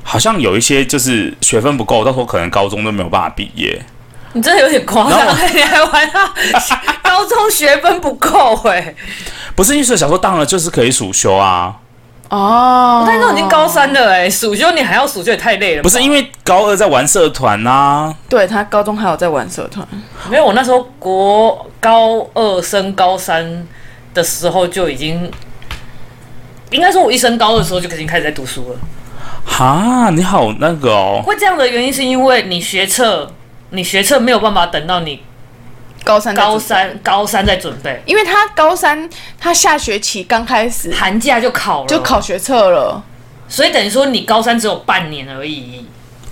Speaker 2: 好像有一些就是学分不够，到时候可能高中都没有办法毕业。
Speaker 4: 你真的有点夸
Speaker 2: 然后
Speaker 4: 张，你还玩到高中学分不够哎！
Speaker 2: 不是因为想说当然就是可以暑修啊，
Speaker 1: 哦，
Speaker 4: 但是都已经高三了哎，暑修你还要暑修也太累了吧。
Speaker 2: 不是因为高二在玩社团啊，
Speaker 1: 对他高中还有在玩社团，
Speaker 4: 没有，我那时候国高二升高三的时候就已经，应该说我一升高二的时候就已经开始在读书了。
Speaker 2: 哈，你好那个哦，
Speaker 4: 会这样的原因是因为你学测，你学测没有办法等到你
Speaker 1: 高三在
Speaker 4: 高
Speaker 1: 读，
Speaker 4: 三高三再准备，
Speaker 1: 因为他高三他下学期刚开始
Speaker 4: 寒假就考了，
Speaker 1: 就考，学测了，
Speaker 4: 所以等于说你高三只有半年而已。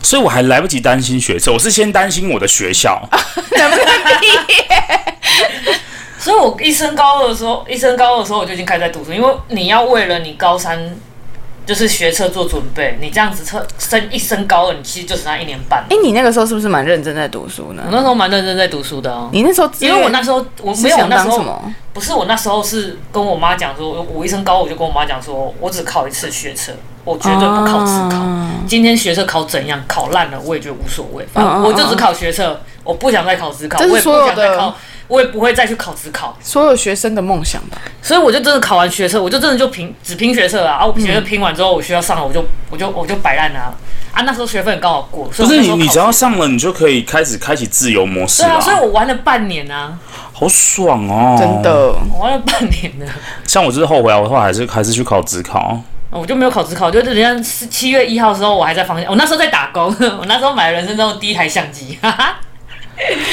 Speaker 2: 所以我还来不及担心学测，我是先担心我的学校。
Speaker 4: 啊
Speaker 1: 能不能毕业？
Speaker 4: 所以我一升高二的时候，一升高二的时候我就已经开始在读书，因为你要为了你高三就是学测做准备，你这样子测升一升高二，你其实就只剩下一年半。
Speaker 1: 哎，你那个时候是不是蛮认真在读书呢
Speaker 4: 我？那时候蛮认真在读书的哦。
Speaker 1: 你那时候志
Speaker 4: 嗯因
Speaker 1: 愿
Speaker 4: 为我那时候我
Speaker 1: 是
Speaker 4: 没有我
Speaker 1: 想
Speaker 4: 那时
Speaker 1: 当什
Speaker 4: 候
Speaker 1: 么？
Speaker 4: 不是我那时候是跟我妈讲说，我我一升高我就跟我妈讲说，我只考一次学车，我绝对不考自考。
Speaker 1: 啊
Speaker 4: 今天学测考怎样，考烂了我也觉得无所谓，
Speaker 1: 嗯
Speaker 4: 反
Speaker 1: 嗯嗯
Speaker 4: 正我就只考学测，我不想再考职考，
Speaker 1: 这是
Speaker 4: 我也不
Speaker 1: 所有
Speaker 4: 想再
Speaker 1: 的
Speaker 4: 考，我也不会再去考职考，
Speaker 1: 所有学生的梦想吧。
Speaker 4: 所以我就真的考完学测，我就真的就拼只拼学测啊，啊我学测拼完之后，我学校上了我就我就我就摆烂啊，啊那时候学分也刚好过，所
Speaker 2: 不
Speaker 4: 以我
Speaker 2: 是
Speaker 4: 那时
Speaker 2: 你，
Speaker 4: 候
Speaker 2: 你
Speaker 4: 考
Speaker 2: 只要
Speaker 4: 学
Speaker 2: 上了，你就可以开始开启自由模式
Speaker 4: 对
Speaker 2: 啦、
Speaker 4: 啊，所以我玩了半年啊，
Speaker 2: 好爽哦，
Speaker 1: 真。的，
Speaker 4: 我玩了半年啊呢、
Speaker 2: 像我就是后悔啊，我后来还是还是去考职 考。
Speaker 4: 我就没有考职考，就是人家是七月一号的时候，我还在房间，我那时候在打工，我那时候买人生中的第一台相机，哈哈，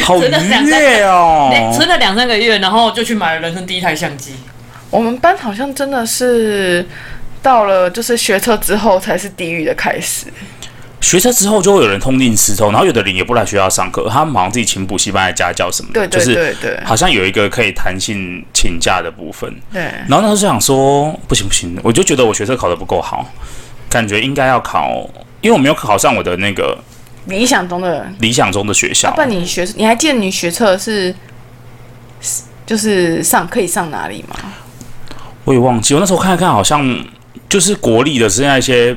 Speaker 2: 好愉
Speaker 4: 真的想
Speaker 2: 悦哦！ 哦
Speaker 4: 存了两三个月，然后就去买了人生第一台相机。
Speaker 1: 我们班好像真的是到了就是学车之后才是地狱的开始。
Speaker 2: 学车之后就会有人痛定思痛，然后有的人也不来学校上课，他们好像自己请补习班来家教什么的，
Speaker 1: 对对对
Speaker 2: 就
Speaker 1: 对
Speaker 2: 是好像有一个可以弹性请假的部分。
Speaker 1: 对，
Speaker 2: 然后那时候就想说，不行不行，我就觉得我学测考得不够好，感觉应该要考，因为我没有考上我的那个
Speaker 1: 理想中的人。
Speaker 2: 理想中的学校
Speaker 4: 啊
Speaker 1: 那。你学，你还记得你学测是是就是上可以上哪里吗？
Speaker 2: 我也忘记，我那时候看一看，好像就是国立的，剩下一些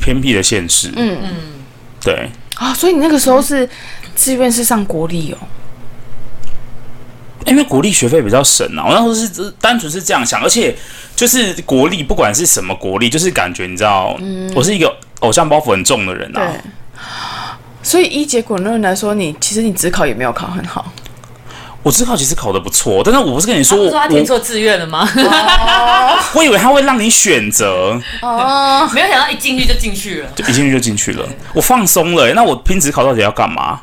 Speaker 2: 偏僻的县市。嗯嗯，对，
Speaker 1: 啊，所以你那个时候是志愿是上国立哦。
Speaker 2: 因为国立学费比较省啊，我那时候是只单纯是这样想，而且就是国立不管是什么国立，就是感觉你知道，
Speaker 4: 嗯
Speaker 2: 我是一个偶像包袱很重的人啊
Speaker 1: 对。所以一结滚论来说，你其实你只考也没有考很好。
Speaker 2: 我只考其实考得不错，但是我不是跟你说，
Speaker 4: 不
Speaker 2: 我
Speaker 4: 是说他填
Speaker 2: 我
Speaker 4: 错志愿了吗？
Speaker 2: 我以为他会让你选择，
Speaker 1: 哦，
Speaker 4: 没有想到一进去就进去了。
Speaker 2: 就一进去就进去了，我放松了欸、那我拼职考到底要干 嘛？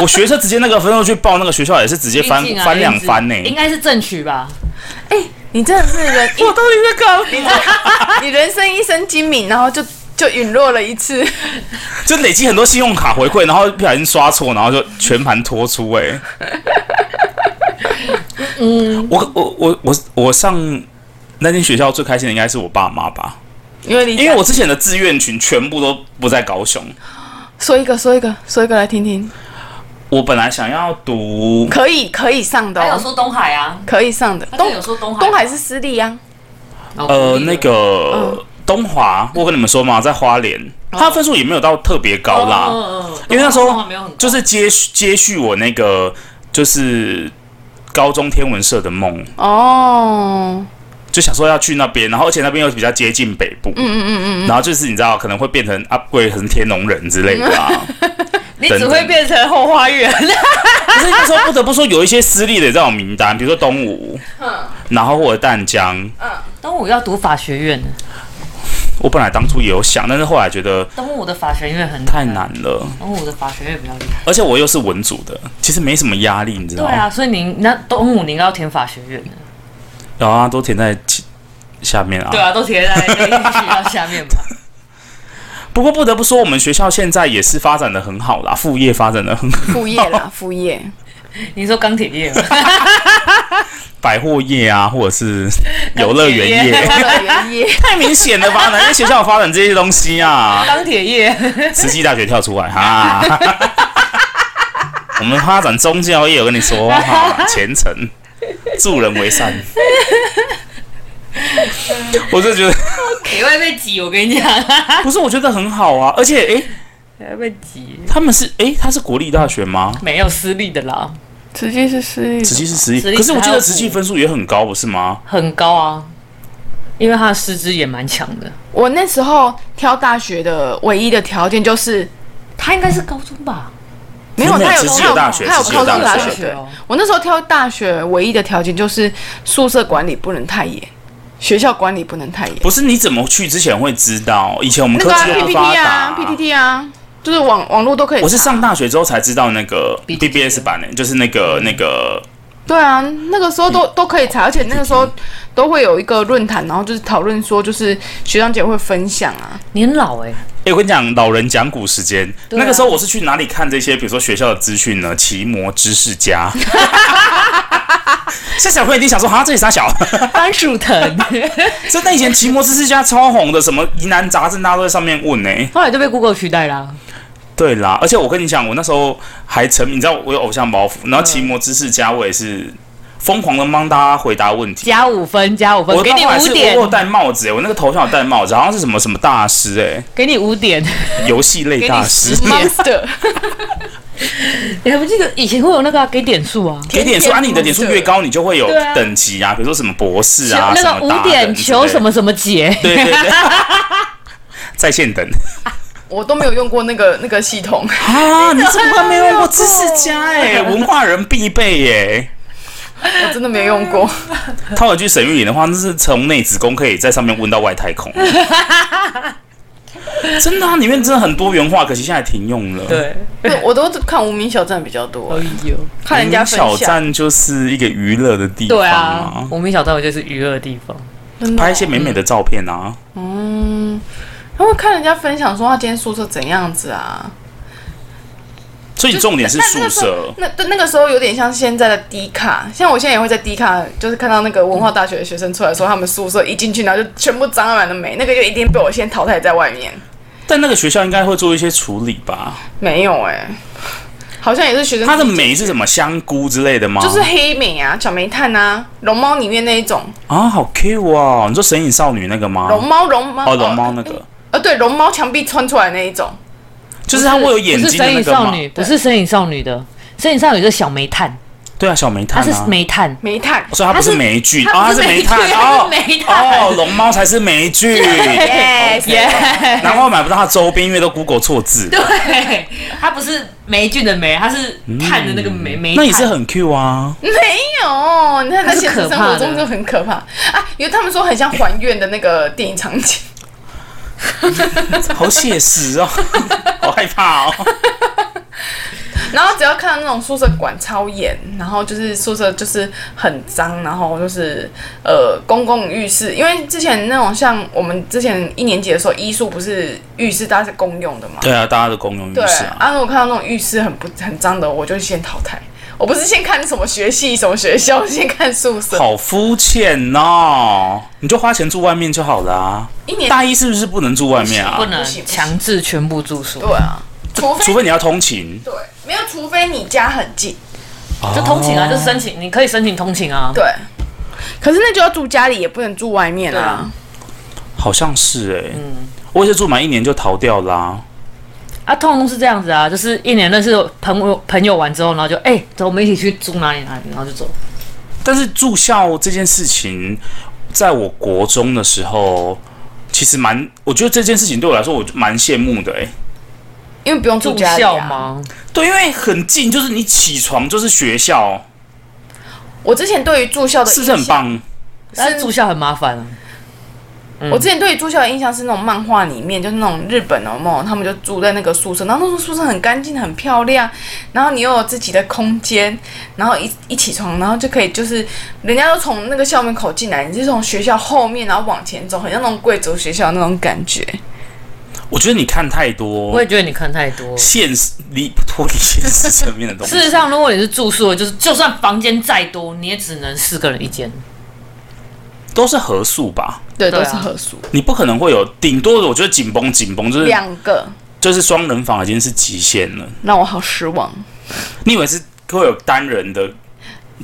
Speaker 2: 我学测直接那个分数去报那个学校也是直接翻
Speaker 4: 毕竟啊
Speaker 2: 翻两番呢、
Speaker 4: 应该是正取吧？
Speaker 1: 你真的是人， 我到底在搞你这？ 你人生一身精明，然后就就陨落了一次。
Speaker 2: 就累积很多信用卡回馈，然后不小心刷错，然后就全盘托出哎、 嗯，我我我我我上那间学校最开心的应该是我爸妈吧，
Speaker 1: 因为你
Speaker 2: 因为我之前的志愿群全部都不在高雄。
Speaker 1: 说一个说一个说一个来听听，
Speaker 2: 我本来想要读
Speaker 1: 可以可以上的、
Speaker 4: 他有
Speaker 1: 哦，
Speaker 4: 说东海啊，
Speaker 1: 可以上的。
Speaker 4: 他
Speaker 1: 东
Speaker 4: 有说东海，
Speaker 1: 东海是私立啊，
Speaker 4: 哦
Speaker 2: 呃那
Speaker 4: 嗯
Speaker 2: 个东华，我跟你们说嘛，在花莲，
Speaker 4: 哦
Speaker 2: 他分数也没有到特别高啦。因为那时
Speaker 4: 东
Speaker 2: 候
Speaker 4: 哦海没有很高
Speaker 2: 就是接续接续我那个就是高中天文社的梦，
Speaker 1: 哦，
Speaker 2: 就想说要去那边，然后而且那边又比较接近北部，嗯嗯嗯嗯，然后就是你知道可能会变成 upgrade 成天龙人之类的啊，
Speaker 4: 嗯你
Speaker 2: 等
Speaker 4: 只
Speaker 2: 等
Speaker 4: 会变成后花园。
Speaker 2: 可是那时候不得不说有一些私立的这种名单，比如说东吴，
Speaker 4: 嗯
Speaker 2: 然后或者淡江，
Speaker 4: 东武要读法学院的，
Speaker 2: 我本来当初也有想，但是后来觉得
Speaker 4: 东武的法学院很
Speaker 2: 太，难了，
Speaker 4: 东武的法学院比较厉害。
Speaker 2: 而且我又是文组的，其实没什么压力，你知道
Speaker 4: 对
Speaker 2: 吗？
Speaker 4: 啊，所以您那东武你应该要填法学院的。
Speaker 2: 然后、啊、都填在其下面啊，
Speaker 4: 对啊，都填在那个学校下面 吧。
Speaker 2: 不过不得不说，我们学校现在也是发展的很好啦，副业发展的很好，
Speaker 1: 副业 啦，副业。
Speaker 4: 你说钢铁业吗？
Speaker 2: 百货业啊，或者是游乐园业
Speaker 4: 游乐园。
Speaker 1: 乐园 业
Speaker 2: 太明显了吧？哪间学校有发展这些东西 啊？
Speaker 4: 钢铁业。
Speaker 2: 慈济大学跳出来哈。 我们发展宗教业，我跟你说哈，虔诚，助人为善。我就觉得
Speaker 4: 你会被挤，我跟你讲，啊
Speaker 2: 不是，我觉得很好啊。而且，诶，
Speaker 4: 你会被挤。
Speaker 2: 他们是诶，他是国立大学吗？
Speaker 4: 没有私立的啦，
Speaker 1: 慈济是私立的，
Speaker 2: 慈济是慈济
Speaker 4: 慈，济
Speaker 2: 可是我记得
Speaker 4: 是
Speaker 2: 慈济分数也很高，不是吗？
Speaker 4: 很高啊，因为他的师资也蛮强的。
Speaker 1: 我那时候挑大学的唯一的条件就是
Speaker 4: 他应该是高中吧？
Speaker 1: 没有，
Speaker 2: 没有
Speaker 1: 他有
Speaker 2: 慈济
Speaker 1: 他
Speaker 2: 有大学
Speaker 1: 他有
Speaker 2: 慈济有
Speaker 1: 高中
Speaker 2: 大
Speaker 1: 大
Speaker 2: 学
Speaker 1: 学。
Speaker 4: 大
Speaker 1: 对
Speaker 4: 学哦，
Speaker 1: 我那时候挑大学唯一的条件就是宿舍管理不能太严，学校管理不能太严。
Speaker 2: 不是，你怎么去之前会知道？以前我们
Speaker 1: 那
Speaker 2: 科
Speaker 1: 个啊
Speaker 2: 技又不
Speaker 1: PPT
Speaker 2: 发
Speaker 1: 啊
Speaker 2: 达。
Speaker 1: ，PPT 啊，就是网网络都可以查。
Speaker 2: 我是上大学之后才知道那个
Speaker 4: BBS
Speaker 2: BBS 版的，就是那个那个
Speaker 1: 对啊，那个时候
Speaker 2: 哎
Speaker 1: 都都可以查，而且那个时候都会有一个论坛，然后就是讨论说，就是学长姐会分享 啊。
Speaker 4: 你很老 哎、
Speaker 2: 哎、我跟你讲，老人讲古时间，
Speaker 4: 啊
Speaker 2: 那个时候我是去哪里看这些，比如说学校的资讯呢？奇摩知识家。 现在小朋友一定想说，哈，这里啥小？
Speaker 4: 番薯 藤，
Speaker 2: 真的以前奇摩知识家超红的，什么疑难杂症，大家都在上面问呢、
Speaker 4: 后来就被 Google 取代啦。
Speaker 2: 对啦，而且我跟你讲，我那时候还沉迷，你知道我有偶像包袱，
Speaker 1: 嗯
Speaker 2: 然后奇摩知识家我也是疯狂的帮大家回答问题。
Speaker 4: 加五分，加五分，
Speaker 2: 我
Speaker 4: 给
Speaker 2: 到
Speaker 4: 你
Speaker 2: 后来是
Speaker 4: 五点
Speaker 2: 我，有戴帽子、欸，我那个头像有戴帽子，好像是什么什么大师哎、
Speaker 4: 给你五 点。
Speaker 2: 游戏类大师。
Speaker 1: Monster，
Speaker 4: 你还不记得以前会有那个、啊、给点数 啊？
Speaker 2: 给点数啊，你的点数越高，你就会有
Speaker 4: 对啊
Speaker 2: 等级啊，比如说什么博士
Speaker 4: 求
Speaker 2: 啊，
Speaker 4: 那
Speaker 2: 什么
Speaker 4: 个五
Speaker 2: 达人
Speaker 4: 点
Speaker 2: 之类
Speaker 4: 求
Speaker 2: 的
Speaker 4: 什，么什么节，
Speaker 2: 对 对对，在线等
Speaker 1: 我都没有用过那个那个系统。
Speaker 2: 啊，你怎么没有用过知识家 哎，文化人必备欸耶。
Speaker 1: 我真的没用过。
Speaker 2: 套一句沈玉琳的话，那是从内子宫可以在上面问到外太空。真的、啊，里面真的很多元化，可惜现在停用了。，
Speaker 4: 对，
Speaker 1: 我都看无名小站比较多，
Speaker 4: 呦，
Speaker 1: 看人家分
Speaker 2: 哦小
Speaker 1: 享，
Speaker 2: 站就是一个娱乐的地方
Speaker 4: 对啊，无名小站我就是娱乐的地方，
Speaker 1: 真的哦
Speaker 2: 拍一些美美的照片啊，
Speaker 1: 嗯，他会看人家分享说他今天宿舍怎样子啊。
Speaker 2: 所以
Speaker 1: 就
Speaker 2: 重点是宿舍。
Speaker 1: 那对那个时候有点像现在的低卡，像我现在也会在低卡，就是看到那个文化大学的学生出来说他们宿舍一进去，然后就全部脏满了霉，那个就一定被我先淘汰在外面。
Speaker 2: 但那个学校应该会做一些处理吧？
Speaker 1: 没有哎、好像也是
Speaker 4: 嗯
Speaker 1: 学生
Speaker 2: 它的霉是什么香菇之类的吗？
Speaker 1: 就是黑莓啊、小煤炭啊、龙猫里面那一种，
Speaker 2: 啊，好 Q 哦！你说《神隐少女》那个吗？
Speaker 1: 龙猫龙猫
Speaker 2: 哦，龙猫那个，
Speaker 4: 嗯
Speaker 1: 呃对，龙猫墙壁穿出来那一种，
Speaker 2: 就是它会有眼
Speaker 4: 不是
Speaker 2: 睛的
Speaker 4: 身
Speaker 2: 那
Speaker 4: 影
Speaker 2: 个
Speaker 4: 少
Speaker 2: 吗？
Speaker 4: 女，不是身影少女的，身影少女是小煤炭，
Speaker 2: 对啊，小煤炭
Speaker 4: 它
Speaker 2: 啊，
Speaker 4: 是煤炭，
Speaker 1: 煤炭。
Speaker 2: 所以它不是霉菌
Speaker 4: 它
Speaker 2: 啊，它
Speaker 4: 不
Speaker 2: 是
Speaker 4: 是
Speaker 2: 煤
Speaker 4: 霉
Speaker 2: 炭
Speaker 4: 菌
Speaker 2: 哦
Speaker 4: 它是煤炭
Speaker 2: 哦，龙猫才是霉 菌，
Speaker 1: Yes，
Speaker 4: 耶，
Speaker 2: 难怪我买不到它周边，因为都 Google 错字。
Speaker 4: 对，它不是霉菌的霉，它是炭的那个霉霉炭。
Speaker 2: 嗯那也是很 Q 啊，
Speaker 1: 没有，你看在现实生活中
Speaker 4: 那是可怕的
Speaker 1: 就很可怕啊！因为他们说很像还愿的那个电影场景，
Speaker 2: 好写实哦， 好害怕哦。
Speaker 1: 然后只要看到那种宿舍管超严，然后就是宿舍就是很脏，然后就是呃公共浴室，因为之前那种像我们之前一年级的时候，医术不是浴室大家是公用的嘛，
Speaker 2: 对啊，大家的公用浴
Speaker 1: 对
Speaker 2: 室啊，
Speaker 1: 啊，如果看到那种浴室很不很脏的，我就先淘汰。我不是先看什么学系什么学校，我先看宿舍。
Speaker 2: 好肤浅哦。你就花钱住外面就好了啊。
Speaker 1: 一年
Speaker 2: 大一是不是不能住外面啊
Speaker 4: 不？
Speaker 1: 不
Speaker 4: 能
Speaker 1: 行不行
Speaker 4: 强制全部住宿
Speaker 1: 对，啊，除非
Speaker 2: 除非你要通勤，
Speaker 1: 对没有，除非你家很近。
Speaker 4: 就通勤
Speaker 2: 哦
Speaker 4: 啊，就是申请，你可以申请通勤啊。
Speaker 1: 对，可是那就要住家里，也不能住外面
Speaker 4: 对
Speaker 1: 啊
Speaker 4: 啊。
Speaker 2: 好像是哎。
Speaker 4: 嗯
Speaker 2: 我也是住满一年就逃掉啦、
Speaker 4: 啊，通常都是这样子啊，就是一年认识朋友朋友完之后，然后就哎、走，我们一起去住哪里哪里，然后就走。
Speaker 2: 但是住校这件事情，在我国中的时候，其实蛮，我觉得这件事情对我来说，我蛮羡慕的、欸。
Speaker 1: 因为不用住
Speaker 4: 住
Speaker 1: 家里、
Speaker 4: 校
Speaker 1: 啊。
Speaker 4: 吗？
Speaker 2: 对，因为很近，就是你起床就是学校，
Speaker 1: 我之前对于住校的
Speaker 2: 是不是很
Speaker 1: 印象？
Speaker 2: 棒？
Speaker 4: 但是住校很麻烦啊。
Speaker 1: 我之前对于住校的印象是那种漫画里面，就是那种日本的梦，他们就住在那个宿舍，然后那种宿舍很干净、很漂亮，然后你又有自己的空间，然后一一起床，然后就可以就是人家都从那个校门口进来，你是从学校后面然后往前走，很像那种贵族学校那种感觉。
Speaker 2: 我觉得你看太
Speaker 4: 我
Speaker 2: 多
Speaker 4: 也觉得你看太多。
Speaker 2: 现实离脱离现实层面的东 西
Speaker 4: 事。实上，如果你是住宿的，就是就算房间再多，你也只能四个人一间。
Speaker 2: 都是合宿吧，
Speaker 1: 对，
Speaker 4: 对
Speaker 1: 都
Speaker 4: 啊
Speaker 1: 是合宿，
Speaker 2: 你不可能会有顶多的，我觉得紧绷紧绷就是
Speaker 1: 两个
Speaker 2: 就是双人房已经是极限了。
Speaker 1: 让我好失望。
Speaker 2: 你以为是会有单人的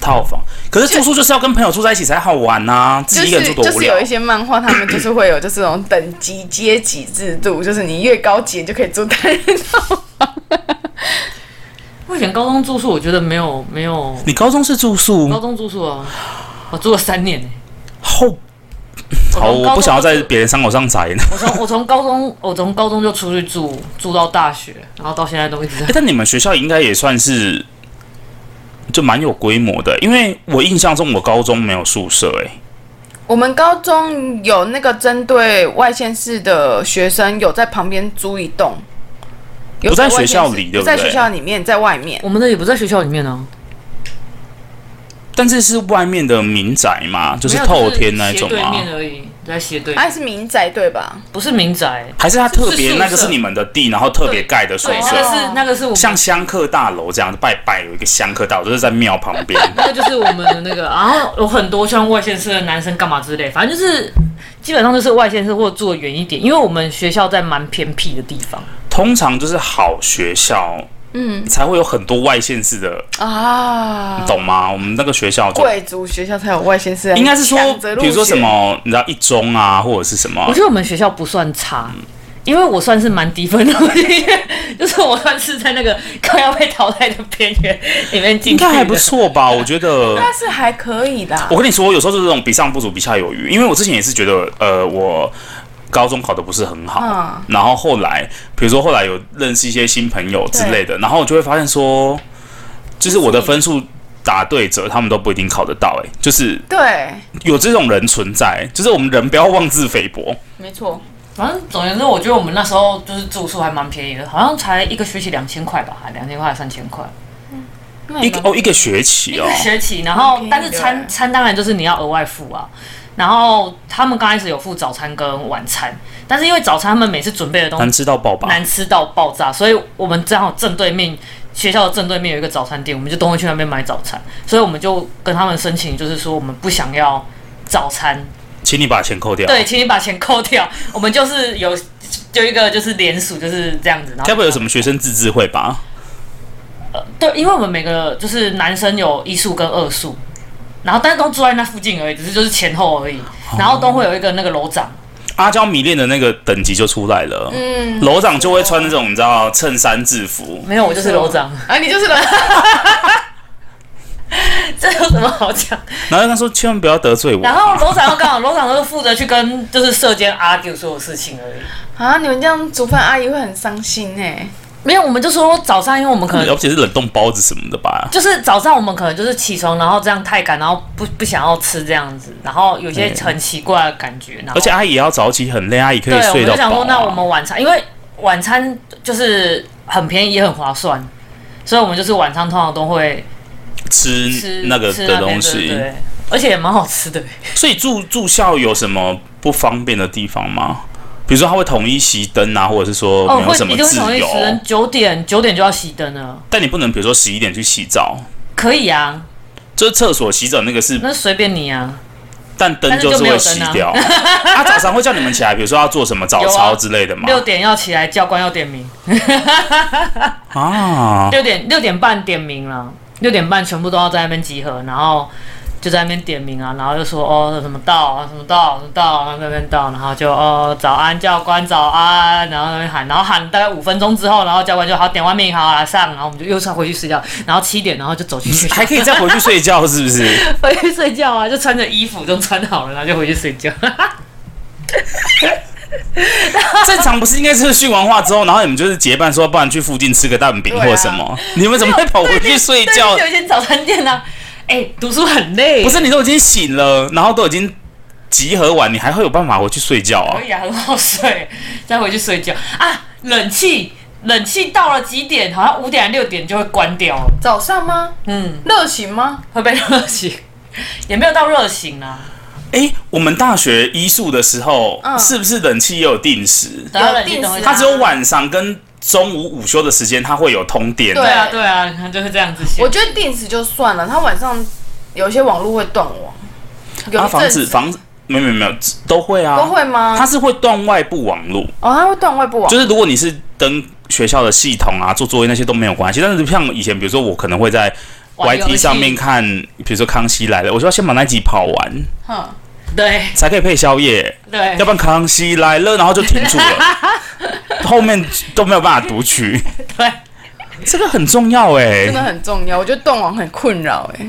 Speaker 2: 套房，可是住宿就是要跟朋友住在一起才好玩呐、自
Speaker 1: 就
Speaker 2: 己一个人
Speaker 1: 是
Speaker 2: 住多
Speaker 1: 就
Speaker 2: 无
Speaker 1: 是
Speaker 2: 聊
Speaker 1: 有一。些漫画，他们就是会有就是这种等级阶级制度，就是你越高级你就可以住单人套房。
Speaker 4: 我以前高中住宿，我觉得没有没有
Speaker 2: 你高中是住宿
Speaker 4: 高中住宿啊，我住了三年呢、欸
Speaker 1: 哦
Speaker 2: 后，好，
Speaker 4: 从
Speaker 2: 我
Speaker 4: 高
Speaker 2: 不
Speaker 4: 中
Speaker 2: 想要在别人伤口上 撒盐。
Speaker 4: 我从我从高中我从高中就出去住，住到大学，然后到现在都一直 在
Speaker 2: 欸。但你们学校应该也算是就蛮有规模的，因为我印象中我高中没有宿舍、欸，
Speaker 1: 我们高中有那个针对外县市的学生，有在旁边租一栋，有
Speaker 2: 不在
Speaker 1: 外县市
Speaker 2: 学校里对
Speaker 1: 不
Speaker 2: 不对
Speaker 1: 在学校里面，在外面。
Speaker 4: 我们的也不在学校里面啊呢、
Speaker 2: 但是是外面的民宅嘛，就
Speaker 4: 啊，
Speaker 2: 是
Speaker 4: 没有
Speaker 2: 透天那一种
Speaker 4: 斜对
Speaker 2: 吗？
Speaker 4: 面而已，在斜对面，
Speaker 1: 啊，是民宅对吧？
Speaker 4: 哎不是哎民宅，
Speaker 2: 还是它特别
Speaker 4: 是宿舍
Speaker 2: 那个是你们的地，然后特别盖的宿
Speaker 4: 对，那
Speaker 2: 舍，
Speaker 4: 个是那个是我们
Speaker 2: 啊像香客大楼这样，拜拜有一个香客大楼，就是在庙旁边。
Speaker 4: 那个就是我们的那个，然后有很多像外县市的男生干嘛之类，反正就是基本上就是外县市或者住的远一点，因为我们学校在蛮偏僻的地方，
Speaker 2: 通常就是好学校，嗯，才会有很多外县市的，
Speaker 1: 啊
Speaker 2: 你，懂吗？
Speaker 4: 嗯
Speaker 2: 我们那个学校就
Speaker 1: 贵族学校才有外县市来
Speaker 2: 应该是说
Speaker 1: 抢着，入
Speaker 2: 比如说
Speaker 1: 学
Speaker 2: 什么，你知道一中啊，或者是什么
Speaker 4: 我觉，得我们学校不算差。因为我算是蛮低分的，就是我算是在那个快要被淘汰的边缘里面进
Speaker 2: 应
Speaker 4: 去的，啊
Speaker 2: 该还不错吧？我觉得。
Speaker 1: 但是还可以啦
Speaker 2: 我。跟你说，有时候就是这种比上不足，比下有余。因为我之前也是觉得，呃，我高中考的不是很好，
Speaker 1: 嗯
Speaker 2: 然后后来，比如说后来有认识一些新朋友之类的，然后我就会发现说，就是我的分数答对者，他们都不一定考得到、欸，就是
Speaker 1: 对，
Speaker 2: 有这种人存在，就是我们人不要妄自菲薄。
Speaker 1: 没错，
Speaker 4: 反正总而言之，我觉得我们那时候就是住宿还蛮便宜的，好像才一个学期两千块吧，还两千块还三千块
Speaker 2: 一个哦一个学期
Speaker 4: 嗯一
Speaker 2: 哦
Speaker 4: 个，学期。然后
Speaker 1: 蛮便宜的
Speaker 4: 但是餐餐当然就是你要额外付啊。然后他们刚开始有付早餐跟晚餐，但是因为早餐他们每次准备的东西
Speaker 2: 难吃到爆吧？
Speaker 4: 难吃到爆炸，所以我们正好正对面学校的正对面有一个早餐店，我们就都会去那边买早餐，所以我们就跟他们申请，就是说我们不想要早餐，
Speaker 2: 请你把钱扣掉。
Speaker 4: 对，，请你把钱扣掉，我们就是有就一个就是联署就是这样子，然后
Speaker 2: 该不会有什么学生自治会吧？
Speaker 4: 对，因为我们每个就是男生有一宿跟二宿，然后但是都住在那附近而已，只是就是前后而已，
Speaker 2: 哦
Speaker 4: 然后都会有一个那个楼长。
Speaker 2: 阿娇迷恋的那个等级就出来了，嗯，楼长就
Speaker 4: 啊
Speaker 2: 会穿那种你知道衬衫制服，
Speaker 4: 没有，我就是楼长，
Speaker 1: 啊，你就是人，
Speaker 4: 这有什么好讲？
Speaker 2: 然后他说千万不要得罪
Speaker 4: 然
Speaker 2: 我，
Speaker 4: 后楼长又刚好，楼长就是负责去跟就是社监 argue 所有事情而已。
Speaker 1: 啊，你们这样煮饭阿姨会很伤心哎、
Speaker 4: 没有，我们就说早上，因为我们可能
Speaker 2: 呃而且是冷冻包子什么的吧？
Speaker 4: 就是早上我们可能就是起床，然后这样太赶，然后不不想要吃这样子，然后有些很奇怪的感觉，然后
Speaker 2: 而且阿姨也要早起很累，阿姨可
Speaker 4: 对
Speaker 2: 以，
Speaker 4: 我
Speaker 2: 睡
Speaker 4: 们
Speaker 2: 到
Speaker 4: 就
Speaker 2: 饱啊、
Speaker 4: 想说，那我们晚餐，因为晚餐就是很便宜也很划算，所以我们就是晚餐通常都会
Speaker 2: 吃
Speaker 4: 吃
Speaker 2: 嗯那个
Speaker 4: 吃
Speaker 2: 的
Speaker 4: 边
Speaker 2: 东西，
Speaker 4: 对对对而且也蛮好吃的。
Speaker 2: 所以住住校有什么不方便的地方吗？比如说他会统一熄灯啊，或者是说
Speaker 4: 哦，
Speaker 2: 没有
Speaker 4: 会
Speaker 2: 什
Speaker 4: 一
Speaker 2: 么
Speaker 4: 定会
Speaker 2: 自
Speaker 4: 同意
Speaker 2: 由，
Speaker 4: 时间九点九点就要熄灯了，
Speaker 2: 但你不能比如说十一点去洗澡，
Speaker 4: 可以啊，
Speaker 2: 就是厕所洗澡那个是，
Speaker 4: 那随便你啊。
Speaker 2: 但灯
Speaker 4: 但是就
Speaker 2: 就是
Speaker 4: 没有
Speaker 2: 会
Speaker 4: 灯啊
Speaker 2: 熄掉。 他、早上会叫你们起来，比如说要做什么早
Speaker 4: 有啊
Speaker 2: 操之类的吗？
Speaker 4: 六点要起来，教官要点名。
Speaker 2: 啊，
Speaker 4: 六点六点半点名了，六点半全部都要在那边集合，然后就在那边点名啊，然后就说哦什么到啊什么到什么到，然后在那边到，然后就哦早安教官早安，然后在那边喊，然后喊大概五分钟之后，然后教官就好点完名好啊上，然后我们就又要回去睡觉，然后七点然后就走去 睡
Speaker 2: 还可以再回去睡觉，是不是？
Speaker 4: 回去睡觉啊，就穿着衣服都穿好了，然后就回去 睡觉。
Speaker 2: 正常不是应该是训完话之后，然后你们就是结伴说，不然去附近吃个蛋饼
Speaker 1: 对啊
Speaker 2: 或什么？你们怎么会跑回去睡觉
Speaker 4: 对就？有一间早餐店啊，哎、读书很累，
Speaker 2: 不是你都已经醒了，然后都已经集合完，你还会有办法回去睡觉啊
Speaker 4: 可？以啊，很好睡，再回去睡觉啊。冷气，冷气到了几点？好像五点还六点就会关掉了，
Speaker 1: 早上吗？
Speaker 4: 嗯，
Speaker 1: 热醒吗？
Speaker 4: 会被热醒， 也没有到热醒啊啦、
Speaker 2: 哎、我们大学医术的时候，
Speaker 1: 嗯
Speaker 2: 是不是冷气也有定时？
Speaker 4: 等到冷气都
Speaker 1: 有定
Speaker 4: 会
Speaker 1: 时啊
Speaker 2: 它只有晚上跟中午午休的时间，它会有通电。
Speaker 1: 对
Speaker 4: 对啊对啊，你看就是这样子写
Speaker 1: 我。觉得定时就算了，他晚上有些网络会断网，有
Speaker 2: 它
Speaker 1: 一
Speaker 2: 防
Speaker 1: 阵
Speaker 2: 止
Speaker 1: 子
Speaker 2: 防没有没有没有都会啊，
Speaker 1: 都会吗？
Speaker 2: 它是会断外部网路。
Speaker 1: 哦，他会断外部网，
Speaker 2: 就是如果你是登学校的系统啊，做作业那些都没有关系。但是像以前，比如说我可能会在
Speaker 4: 玩游戏
Speaker 2: YT 上面看，比如说《康熙来了》，我就要先把那集跑完，哎
Speaker 1: 哼，
Speaker 4: 对
Speaker 2: 才可以配宵夜，
Speaker 4: 对
Speaker 2: 要不然《康熙来了》然后就停住了， 后面都没有办法读取。
Speaker 4: 对，
Speaker 2: 这个很重要哎、
Speaker 1: 真的很重要。我觉得断网很困扰哎、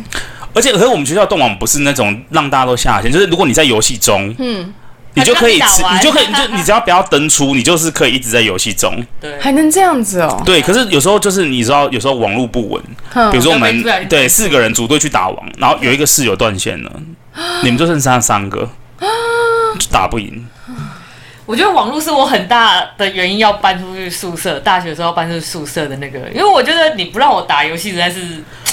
Speaker 2: 而且可是我们学校动网不是那种让大家都下线，就是如果你在游戏中，
Speaker 1: 嗯，
Speaker 2: 你就可以
Speaker 4: 很
Speaker 2: 吃，
Speaker 4: 想玩
Speaker 2: 你就可以，你就你只要不要登出，你就是可以一直在游戏中。
Speaker 4: 对，
Speaker 1: 还能这样子哦、
Speaker 2: 对，可是有时候就是你知道，有时候网络不稳，
Speaker 1: 哼
Speaker 2: 比如说我
Speaker 4: 嗯要被
Speaker 2: 们
Speaker 4: 不然
Speaker 2: 对四个人组队去打王，然后有一个室友断线了，你们就剩下三 个，就打不赢。
Speaker 4: 我觉得网络是我很大的原因要搬出去宿舍，大学的时候搬出去宿舍的那个，因为我觉得你不让我打游戏实在是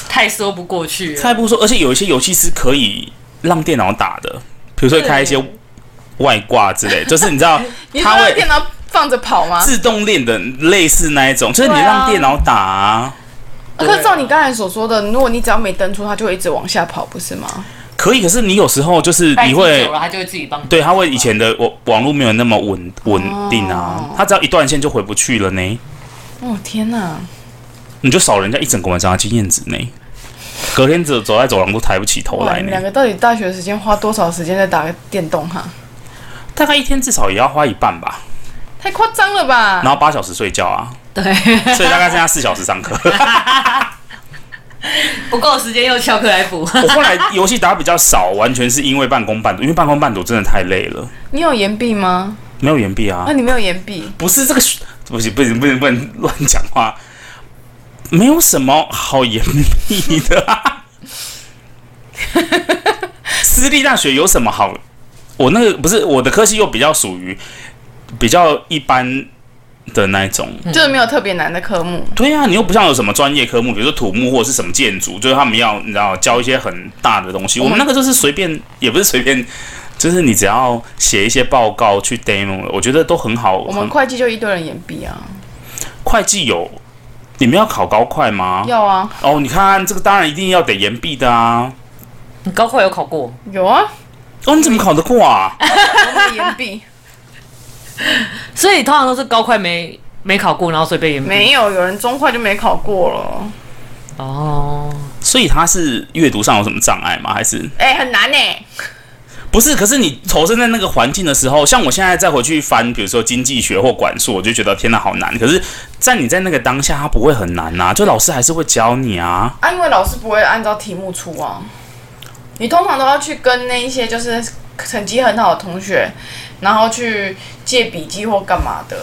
Speaker 4: 太说不过
Speaker 1: 啊
Speaker 4: 去了。
Speaker 2: 蔡不说，而且有一些游戏是可以让电脑打的，比如说开一些外挂之 类，就是你知道
Speaker 1: 你说
Speaker 2: 它
Speaker 1: 那
Speaker 2: 会
Speaker 1: 电脑放着跑吗？
Speaker 2: 自动练的类似那一种，就是你
Speaker 4: 对啊
Speaker 2: 让电脑打、啊。
Speaker 1: 啊可是照你刚才所说的，如果你只要没登出，它就会一直往下跑，不是吗？
Speaker 2: 可以，可是你有时候就是
Speaker 4: 代
Speaker 2: 你
Speaker 4: 替
Speaker 2: 会
Speaker 1: 啊
Speaker 4: 久了，他就会自己帮你。
Speaker 2: 对，它会以前的网网络没有那么稳稳定啊，它只要一断线就回不去了呢，
Speaker 1: 哦天哪、
Speaker 2: 你就少人家一整个晚上的经验值呢。隔天走走在走廊都抬不起头
Speaker 1: 哇，
Speaker 2: 来
Speaker 1: 你们两
Speaker 2: 呢，
Speaker 1: 个到底大学时间花多少时间在打电动哈？
Speaker 2: 大概一天至少也要花一半吧，
Speaker 1: 太夸张了吧！
Speaker 2: 然后八小时睡觉啊，
Speaker 4: 对，
Speaker 2: 所以大概剩下四小时上课。
Speaker 4: 不够时间又翘课来补。
Speaker 2: 我后来游戏打比较少，完全是因为半工半读，因为半工半读真的太累了，
Speaker 1: 你有岩壁吗？
Speaker 2: 没有岩壁啊
Speaker 1: 啊，，你没有岩壁，
Speaker 2: 不是这个，不行不行不能不能乱讲话，没有什么好严密的、啊。私立大学有什么好？我那个不是我的科系又比较属于比较一般的那一种。
Speaker 1: 就是没有特别难的科目。
Speaker 2: 对啊，你又不像有什么专业科目，比如说土木或者是什么建筑，就是他们要你知道教一些很大的东
Speaker 1: 嗯
Speaker 2: 西。我们那个就是随便，也不是随便，就是你只要写一些报告去 demo，我觉得都很好。
Speaker 1: 我们
Speaker 2: 很
Speaker 1: 会计就一堆人延毕啊，
Speaker 2: 嗯会计有，你们要考高会吗？
Speaker 1: 要啊，
Speaker 2: 哦，你看这个当然一定要得延毕的啊。
Speaker 4: 你高考有考过？
Speaker 1: 有啊，
Speaker 2: 哦，你怎么考得过啊？
Speaker 1: 我们延毕
Speaker 4: 所以通常都是高快没没考过，然后所以被延 毕
Speaker 1: 没有，有人中快就没考过了。
Speaker 4: 哦。
Speaker 2: 所以他是阅读上有什么障碍吗？还是
Speaker 1: 哎、很难呢、
Speaker 2: 不是？可是你投身在那个环境的时候，像我现在再回去翻，比如说经济学或管数，我就觉得天哪，好难。可是，在你在那个当下，它不会很难啊，就老师还是会教你啊。
Speaker 1: 啊，因为老师不会按照题目出啊，你通常都要去跟那一些就是成绩很好的同学，然后去借笔记或干嘛的。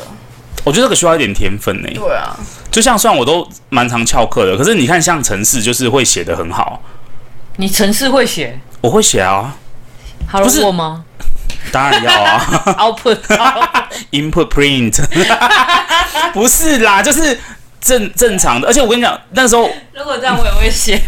Speaker 2: 我觉得这个需要一点天分呢、
Speaker 1: 对啊，
Speaker 2: 就像虽然我都蛮常翘课的，可是你看像城市就是会写的很好，
Speaker 4: 你程式会写
Speaker 2: 我会写啊，
Speaker 4: h e
Speaker 2: 不是
Speaker 4: l o 吗
Speaker 2: 当然要啊。
Speaker 4: ？Output
Speaker 2: input print，不 是啦，就是正正常的。而且我跟你讲，那时候，
Speaker 4: 如果这样我也 会写。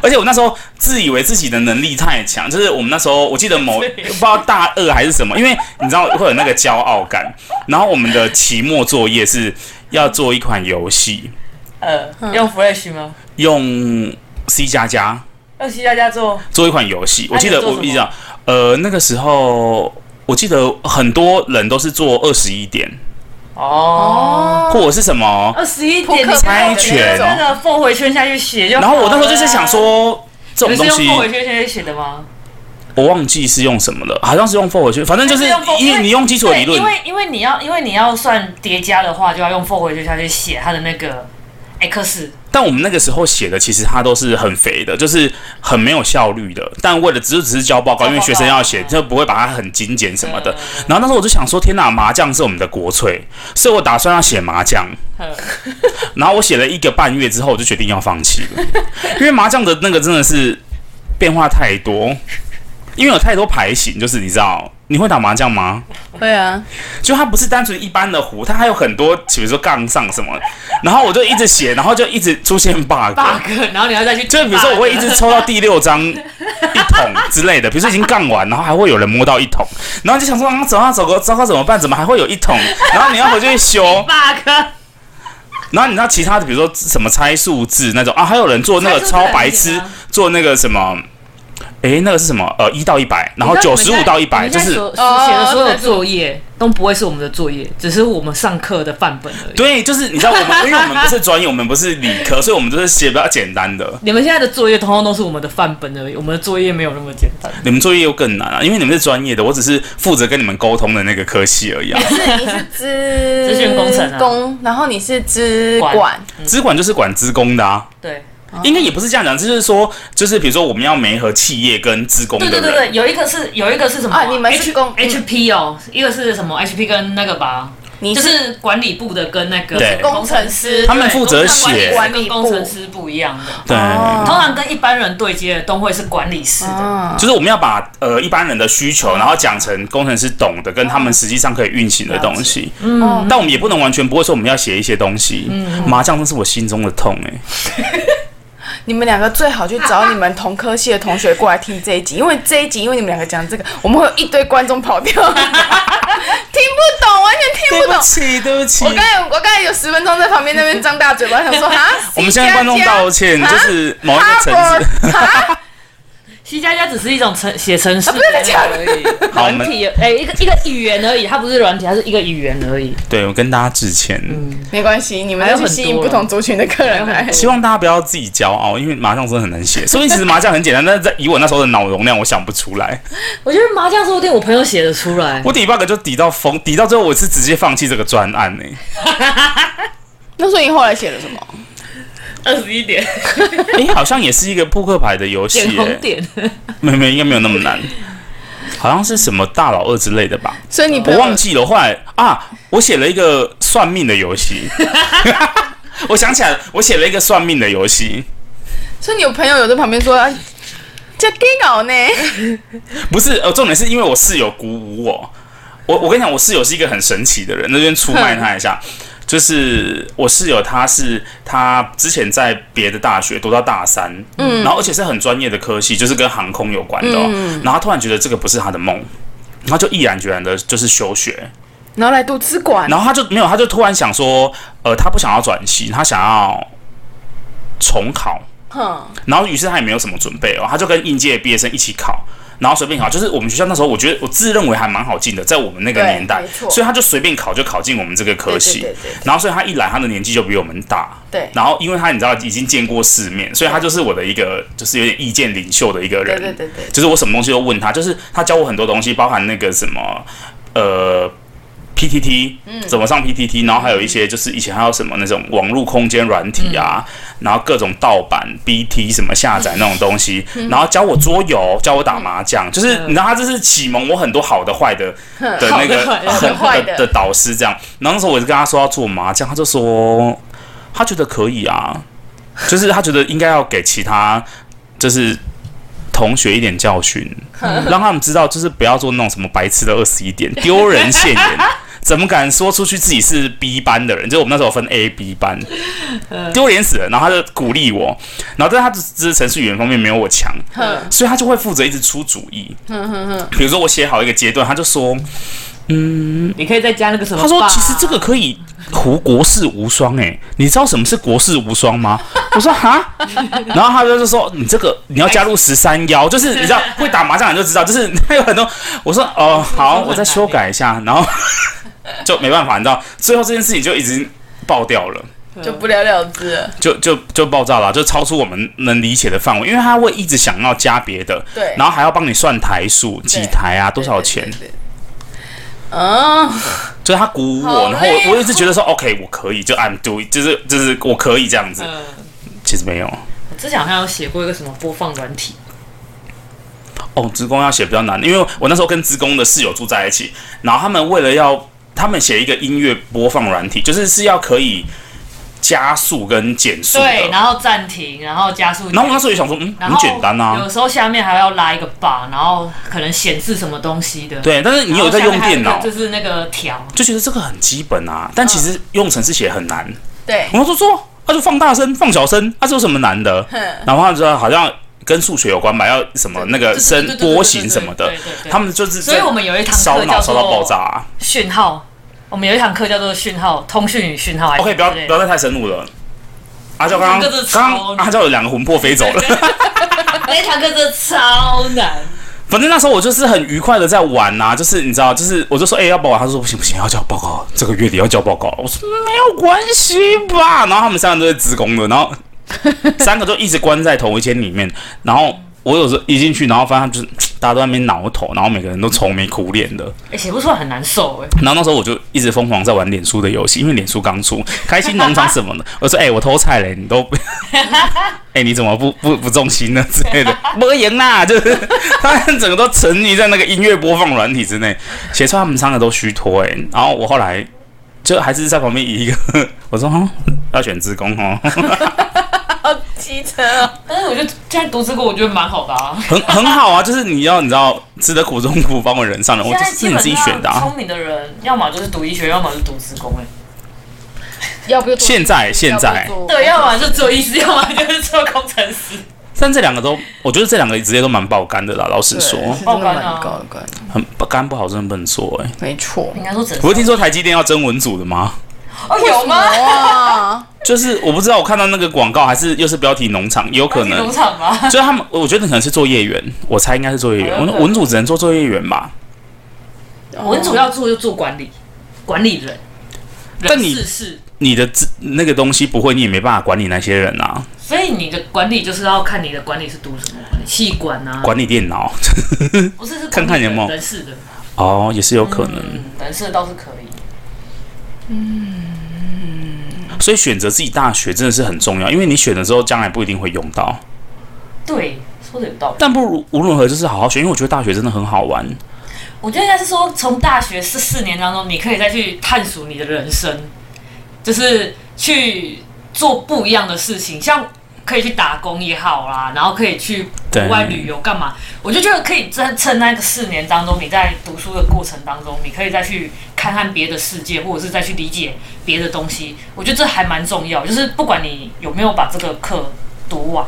Speaker 2: 而且我那时候自以为自己的能力太强，就是我们那时候我记得 某不知道大二还是什么，因为你知道会有那个骄傲感。然后我们的期末作业是要做一款游戏，
Speaker 4: 呃，用 Flash 吗？
Speaker 2: 用 C 加加
Speaker 4: 用西加加做
Speaker 2: 做一款游戏。我记
Speaker 4: 那
Speaker 2: 得
Speaker 4: 你做
Speaker 2: 我
Speaker 4: 什么
Speaker 2: 跟你讲，呃，那个时候我记得很多人都是做二十一点，
Speaker 4: 哦。
Speaker 2: 或者是什么。
Speaker 4: 二十一
Speaker 1: 扑
Speaker 4: 点
Speaker 1: 克
Speaker 4: 你才
Speaker 1: 牌
Speaker 2: 猜拳
Speaker 4: 那个 for 回圈下去写就好了
Speaker 2: 然
Speaker 4: 啊。
Speaker 2: 后我那时候就是想说，这
Speaker 4: 你
Speaker 2: 种
Speaker 4: 是
Speaker 2: 东
Speaker 4: 用
Speaker 2: 西
Speaker 4: for 回圈下去写的吗？
Speaker 2: 我忘记是用什么了，好像是用 for 回去，反正就是
Speaker 4: 还是用 for-
Speaker 2: 因为你用基础的理论
Speaker 4: 对因，为因为你要因为你要算叠加的话，就要用 for 回圈下去写它的那个 x。
Speaker 2: 但我们那个时候写的其实它都是很肥的，就是很没有效率的。但为了只是只是交报告，
Speaker 4: 交报告
Speaker 2: 因为学生要写，
Speaker 4: 嗯
Speaker 2: 就不会把它很精简什么的
Speaker 4: 嗯。
Speaker 2: 然后那时候我就想说，天哪，麻将是我们的国粹，所以我打算要写麻将。
Speaker 4: 嗯
Speaker 2: 然后我写了一个半月之后，我就决定要放弃了，因为麻将的那个真的是变化太多，因为有太多牌型，就是你知道，你会打麻将吗？
Speaker 1: 会啊，
Speaker 2: 就它不是单纯一般的壶，它还有很多，比如说杠上什么，然后我就一直写，然后就一直出现 bug，
Speaker 4: bug，然后你要再去
Speaker 2: 就是比如说我会一直抽到第六 张一桶之类的，比如说已经杠完，然后还会有人摸到一桶，然后就想说啊，走啊走个糟糕怎么办？怎么还会有一桶？然后你要回去修，
Speaker 4: bug。
Speaker 2: 然后你知道其他的，比如说什么猜数字那种啊，还有人做那个超白
Speaker 4: 猜数字很
Speaker 2: 痴
Speaker 4: 简单，
Speaker 2: 做那个什么。诶，那个是什么？呃，一到一百，然后九十五到一百，就是
Speaker 4: 我们现在所写的所有作业都不会是我们的作业，只是我们上课的范本而已。
Speaker 2: 对，就是你知道我们，因为我们不是专业，我们不是理科，所以我们都是写比较简单的。
Speaker 4: 你们现在的作业通通都是我们的范本而已，我们的作业没有那么简单。
Speaker 2: 你们作业又更难啊，因为你们是专业的，我只是负责跟你们沟通的那个科系而已啊。
Speaker 1: 是你是资
Speaker 4: 资讯工程啊
Speaker 1: 工，然后你是资
Speaker 4: 管
Speaker 1: 管，
Speaker 2: 资管就是管资工的啊，
Speaker 4: 对，
Speaker 2: 应该也不是这样讲，就是说，就是比如说我们要媒合企业跟资工的
Speaker 4: 对
Speaker 2: 人，
Speaker 4: 对对对，有一个是有一个是什么
Speaker 1: 啊你们是
Speaker 4: H
Speaker 1: 公
Speaker 4: HP 哦，一个是什么 HP 跟那个吧，
Speaker 1: 你
Speaker 4: 就是管理部的跟那个
Speaker 2: 对
Speaker 1: 工程师
Speaker 2: 他们负责写
Speaker 4: 对跟工程师不一样的。
Speaker 2: 对
Speaker 1: 哦
Speaker 4: 通常跟一般人对接的都会是管理师的，
Speaker 1: 啊，
Speaker 2: 就是我们要把呃一般人的需求，然后讲成工程师懂的，跟他们实际上可以运行的东西。
Speaker 4: 嗯
Speaker 1: 哦
Speaker 2: 但我们也不能完全不会说我们要写一些东西。麻将真是我心中的痛哎、
Speaker 1: 你们两个最好去找你们同科系的同学过来听这一集，因为这一集因为你们两个讲这个，我们会有一堆观众跑 掉，听不懂，完全听不懂。
Speaker 2: 起，对不起
Speaker 1: 我刚才有我刚才有十分钟在旁边那边张大嘴巴，想说啊，
Speaker 2: 我们现在观众道歉，就是某一个层次。
Speaker 1: 次，
Speaker 4: C 加加只是一种程写程式
Speaker 1: 啊不是在讲
Speaker 4: 而已，
Speaker 2: 好我们
Speaker 4: 软体哎、一个一个语言而已，它不是软体，它是一个语言而已。
Speaker 2: 对我跟大家致歉。
Speaker 1: 没关系，你们要去吸引不同族群的客人来。
Speaker 2: 希望大家不要自己骄傲，因为麻将真的很难写。说不定其实麻将很简单，但是在以我那时候的脑容量，我想不出来。
Speaker 4: 我觉得麻将说不定我朋友写得出来，
Speaker 2: 我底 bug 就底到疯，底到最后我是直接放弃这个专案欸呢、
Speaker 1: 那所以你后来写了什么？
Speaker 4: 二十一点
Speaker 2: 诶，好像也是一个扑克牌的游戏、
Speaker 4: 点红
Speaker 2: 欸，
Speaker 4: 点，
Speaker 2: 没有没有，应该没有那么难。好像是什么大老二之类的吧，
Speaker 1: 所以你朋
Speaker 2: 我
Speaker 1: 友
Speaker 2: 忘记了。后来啊，我写了一个算命的游戏， 我想起来了，我写了一个算命的游戏，
Speaker 1: 所以你有朋友有在旁边说，啊这 gay 搞呢？
Speaker 2: 不是呃，重点是因为我室友鼓舞我，我我跟你讲，我室友是一个很神奇的人，那边出卖他一下。就是我室友，他是他之前在别的大学读到大三，嗯，然后而且是很专业的科系，就是跟航空有关的、哦，然后他突然觉得这个不是他的梦，然后就毅然决然的就是休学，
Speaker 1: 然后来读资管，
Speaker 2: 然后他就没有，他就突然想说，呃，他不想要转系，他想要重考，
Speaker 1: 哼，
Speaker 2: 然后于是他也没有什么准备哦，他就跟应届毕业生一起考，然后随便考，就是我们学校那时候，我觉得我自认为还蛮好进的，在我们那个
Speaker 1: 对
Speaker 2: 年代
Speaker 1: 没，错
Speaker 2: 所以他就随便考就考进我们这个科系，
Speaker 1: 对对对对
Speaker 2: 然后所以他一来他的年纪就比我们大，
Speaker 1: 对
Speaker 2: 然后因为他你知道已经见过世面，所以他就是我的一个就是有点意见领袖的一个人，
Speaker 1: 对对对对
Speaker 2: 就是我什么东西都问他，就是他教我很多东西，包含那个什么呃 PTT，
Speaker 1: 嗯
Speaker 2: 怎么上 PTT，然后还有一些就是以前还有什么那种网络空间软体
Speaker 1: 嗯
Speaker 2: 啊，然后各种盗版 BT 什么下载那种东西，
Speaker 4: 嗯
Speaker 2: 然后教我桌游，教我打麻将，就是你知道他这是启蒙我很多好的坏的的那个
Speaker 4: 好的坏的
Speaker 2: 很
Speaker 1: 坏的
Speaker 2: 的的导师这样。然后那时候我就跟他说要做麻将，他就说他觉得可以啊，就是他觉得应该要给其他就是同学一点教训，让他们知道就是不要做那种什么白痴的二十一点，丢人现 眼。怎么敢说出去自己是 B 班的人？就是我们那时候分 A、B 班，丢脸死了。然后他就鼓励我，然后但是他只只是程序员方面没有我强，
Speaker 1: 嗯
Speaker 2: 所以他就会负责一直出主意。比如说我写好一个阶段，他就说，
Speaker 4: 你可以再加那个什么
Speaker 2: 他说
Speaker 4: 吧？
Speaker 2: 其实这个可以胡国士无双哎、你知道什么是国士无双吗？ 我说哈， 然后他就是说你这个你要加入十三幺，就是你知道会打麻将的人就知道，就是他有很多。我说哦好，我再修改一下，然后 就没办法，你知道最后这件事情就已经爆掉了。
Speaker 1: 就不了了之了。
Speaker 2: 就就就爆炸了，就超出我们能理解的范围，因为他会一直想要加别的，
Speaker 1: 对
Speaker 2: 然后还要帮你算台数、几台啊、多少钱，
Speaker 1: 对？对对对嗯，
Speaker 2: 就是他鼓舞
Speaker 1: 好
Speaker 2: 我，
Speaker 1: 累
Speaker 2: 然后我
Speaker 1: 哦
Speaker 2: 我一直觉得说 OK，我可以，就 I'm doing，就是就是我可以这样子，
Speaker 4: 嗯，
Speaker 2: 其实没有
Speaker 4: 我之前好像有写过一个什么播放软体，
Speaker 2: 哦，职工要写比较难，因为我那时候跟职工的室友住在一起，然后他们为了要他们写一个音乐播放软体，就是是要可以加速跟减速的，
Speaker 4: 对，然后暂停，然后加速，
Speaker 2: 然后我那时候也想说，嗯，
Speaker 4: 然
Speaker 2: 很
Speaker 4: 后
Speaker 2: 简单啊，
Speaker 4: 有时候下面还要拉一个 bar，然后可能显示什么东西的。，
Speaker 2: 对，但是你有在用电脑，
Speaker 4: 就是那个条，
Speaker 2: 就觉得这个很基本啊，但其
Speaker 4: 嗯
Speaker 2: 实用程式写很难。
Speaker 1: 对，
Speaker 2: 我就说，啊他、就放大声、放小声，啊他、这有什么难 的？然后他说好像跟数学有关吧，要什么那个
Speaker 4: 对对
Speaker 2: 声
Speaker 4: 对对对
Speaker 2: 波
Speaker 4: 对
Speaker 2: 形
Speaker 4: 对
Speaker 2: 什么的
Speaker 4: 对对对，对
Speaker 2: 他们就是
Speaker 4: 所以
Speaker 2: 在
Speaker 4: 我们有一堂课
Speaker 2: 烧脑
Speaker 4: 叫
Speaker 2: 烧到
Speaker 4: 做
Speaker 2: 爆炸啊。
Speaker 4: 讯号。我们有一堂课叫做讯号，通讯与讯号还是
Speaker 2: OK，不要
Speaker 4: 之类的
Speaker 2: 不要再太深入了。阿娇刚刚
Speaker 4: 这个真的超
Speaker 2: 刚刚阿娇有两个魂魄飞走了，
Speaker 4: 那一堂哎课真的超难，
Speaker 2: 反正那时候我就是很愉快的在玩呐、就是你知道，就是我就说，哎、要报告，他说不行不行，要交报告，这个月底要交报告。我说没有关系吧，然后他们三个都是职工的，然后三个就一直关在同一间里面，然后我有时候一进去，然后发现他们就是大家都在那边挠头，然后每个人都愁眉苦脸的。
Speaker 4: 哎、写不出来很难受哎、
Speaker 2: 然后那时候我就一直疯狂在玩脸书的游戏，因为脸书刚出，开心农场什么的。我说：“哎、我偷菜嘞，你 都不，哎、你怎么不不不重心呢 之类的？没赢啦，就是 他们整个都沉迷在那个音乐播放软体之内，写出他们三个都虚脱哎。然后我后来就还是在旁边以一个 我说：“哦，要选职工哦，
Speaker 1: 好机车哦，
Speaker 4: 但是我觉得现在读这个，我觉得蛮好的啊。
Speaker 2: 很很好啊，就是你要你知道吃得苦中苦，方为人上人，我
Speaker 4: 现
Speaker 2: 就
Speaker 4: 在
Speaker 2: 哦是
Speaker 4: 基
Speaker 2: 你
Speaker 4: 本
Speaker 2: 自己选的、啊。
Speaker 4: 上聪明的人，要么就是读医学，要么就是读职工哎、
Speaker 1: 要不就做
Speaker 2: 现在现
Speaker 1: 要
Speaker 2: 在
Speaker 1: 不就做
Speaker 4: 对，要么就做医师，要么就是做工程师。
Speaker 2: 但这两个都，我觉得这两个职业都蛮爆肝的啦，老实说。”
Speaker 1: 对是真的蛮高的，
Speaker 2: 很不肝不好，真的不能做哎、
Speaker 1: 没错。
Speaker 4: 应该说整
Speaker 2: 不是听说台积电要征文组的吗？
Speaker 4: 哦有吗？
Speaker 1: 哇，
Speaker 2: 就是我不知道，我看到那个广告还是又是标题农场，也有可
Speaker 4: 去农
Speaker 2: 能。
Speaker 4: 场 吧。
Speaker 2: 就是他们，我觉得可能是作业员，我猜应该是作业员。
Speaker 4: 有可能
Speaker 2: 文文组只能做作业员吧？
Speaker 4: 文主要做就做管理，管理人，
Speaker 2: 但
Speaker 4: 人
Speaker 2: 你
Speaker 4: 事事。
Speaker 2: 你的自那个东西不会，你也没办法管理那些人啊，
Speaker 4: 所以你的管理就是要看你的管理是读什么管理，气管啊，
Speaker 2: 管理电脑
Speaker 4: 不是是管理
Speaker 2: 看看有没有
Speaker 4: 人事的，
Speaker 2: 哦，也是有可能。
Speaker 4: 嗯，人事的倒是可以。
Speaker 2: 所以选择自己大学真的是很重要，因为你选了之后，将来不一定会用到。
Speaker 4: 对，说的有道理。
Speaker 2: 但不如无论如何就是好好选，因为我觉得大学真的很好玩。
Speaker 4: 我觉得应该是说，从大学这四年当中，你可以再去探索你的人生，就是去做不一样的事情。像可以去打工也好啦，然后可以去
Speaker 2: 对
Speaker 4: 国外旅游干嘛？我就觉得可以在趁那个四年当中，你在读书的过程当中，你可以再去看看别的世界，或者是再去理解别的东西。我觉得这还蛮重要，就是不管你有没有把这个课读完，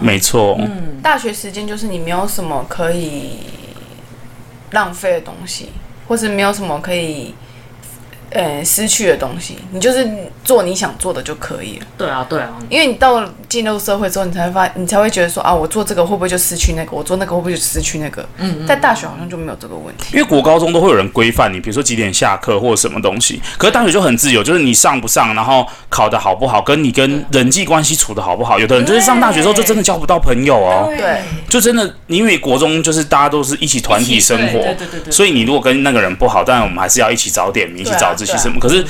Speaker 2: 没错，
Speaker 1: 大学时间就是你没有什么可以浪费的东西，或是没有什么可以呃失去的东西，你就是做你想做的就可以了。
Speaker 4: 对啊，对啊，
Speaker 1: 因为你到了进入社会之后，你才会发，你才会觉得说啊，我做这个会不会就失去那个？我做那个会不会就失去那个？嗯在大学好像就没有这个问题。
Speaker 2: 因为国高中都会有人规范你，比如说几点下课或者什么东西。可是大学就很自由，就是你上不上，然后考得好不好，跟你跟人际关系处得好不好。有的人就是上大学之后就真的交不到朋友哦，
Speaker 1: 对，
Speaker 2: 就真的因为国中就是大家都是一起团体生活，
Speaker 4: 对对对对对
Speaker 2: 所以你如果跟那个人不好，当然我们还是要一起早点名，一起
Speaker 1: 对啊
Speaker 2: 早自习
Speaker 1: 对啊
Speaker 2: 什么。可是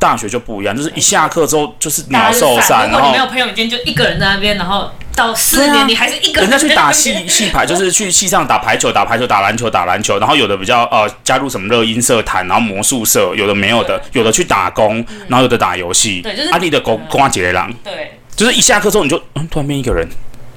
Speaker 2: 大学就不一样，就是一下课之后就是鸟
Speaker 4: 大家就
Speaker 2: 兽
Speaker 4: 散
Speaker 2: 散，
Speaker 4: 如
Speaker 2: 然
Speaker 4: 果
Speaker 2: 后
Speaker 4: 你没有朋友，你今天就一个人在那边，然后到四
Speaker 2: 对啊
Speaker 4: 年你还是一个
Speaker 2: 人
Speaker 4: 人
Speaker 2: 家去打
Speaker 4: 在那
Speaker 2: 戏
Speaker 4: 边
Speaker 2: 戏排，就是去戏上打排球、打排球、打篮球、打篮球，然后有的比较呃加入什么热音社团，然后魔术社，有的没有的，有的去打工，然后有的打游戏。
Speaker 4: 嗯对就是嗯
Speaker 2: 阿弟的狗瓜杰郎，
Speaker 4: 对
Speaker 2: 啊就是一下课之后你就嗯突然变一个人，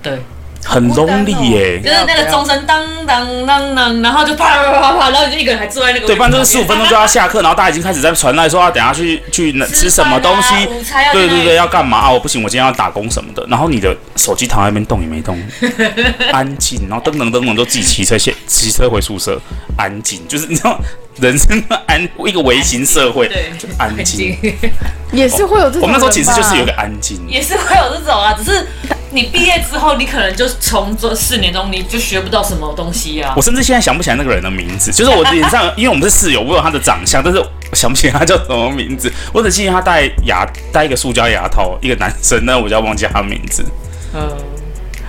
Speaker 4: 对。
Speaker 2: 很
Speaker 1: 孤单哦
Speaker 2: lonely 耶、
Speaker 4: 就是那个钟声当当当当，然后就啪啪啪啪啪，然后你就一个人还坐在那个
Speaker 2: 对，不然就是
Speaker 4: 位置
Speaker 2: 十五分钟就要下课，然后大家已经开始在传来说啊要等下去去哪
Speaker 4: 旁边
Speaker 2: 吃什么东西
Speaker 4: 吃饭啊，午餐要去
Speaker 2: 对
Speaker 4: 哪里
Speaker 2: 对对，要干嘛啊？我不行，我今天要打工什么的。然后你的手机躺在那边动也 没动，安静。然后噔噔噔噔，都自己骑车先骑车回宿舍，安静。就是你知道，人生的安一个微型社会，
Speaker 4: 对
Speaker 2: 就安静。
Speaker 1: 也是会有这种。
Speaker 2: 我们那时候寝室就是有个。安静，
Speaker 4: 也是会有这种啊，只是你毕业之后，你可能就从这四年中你就学不到什么东西啊
Speaker 2: 我。甚至现在想不起来那个人的名字，就是我脸上，因为我们是室友，我有他的长相，但是我想不起来他叫什么名字。我只记得他戴牙戴一个塑胶牙套，一个男生，但我就要忘记他的名字。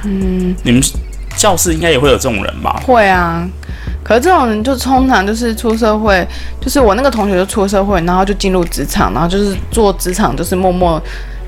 Speaker 4: 嗯，
Speaker 2: 你们教室应该也会有这种人吧？
Speaker 1: 会啊，可是这种人就通常就是出社会，就是我那个同学就出社会，然后就进入职场，然后就是做职场，就是默默。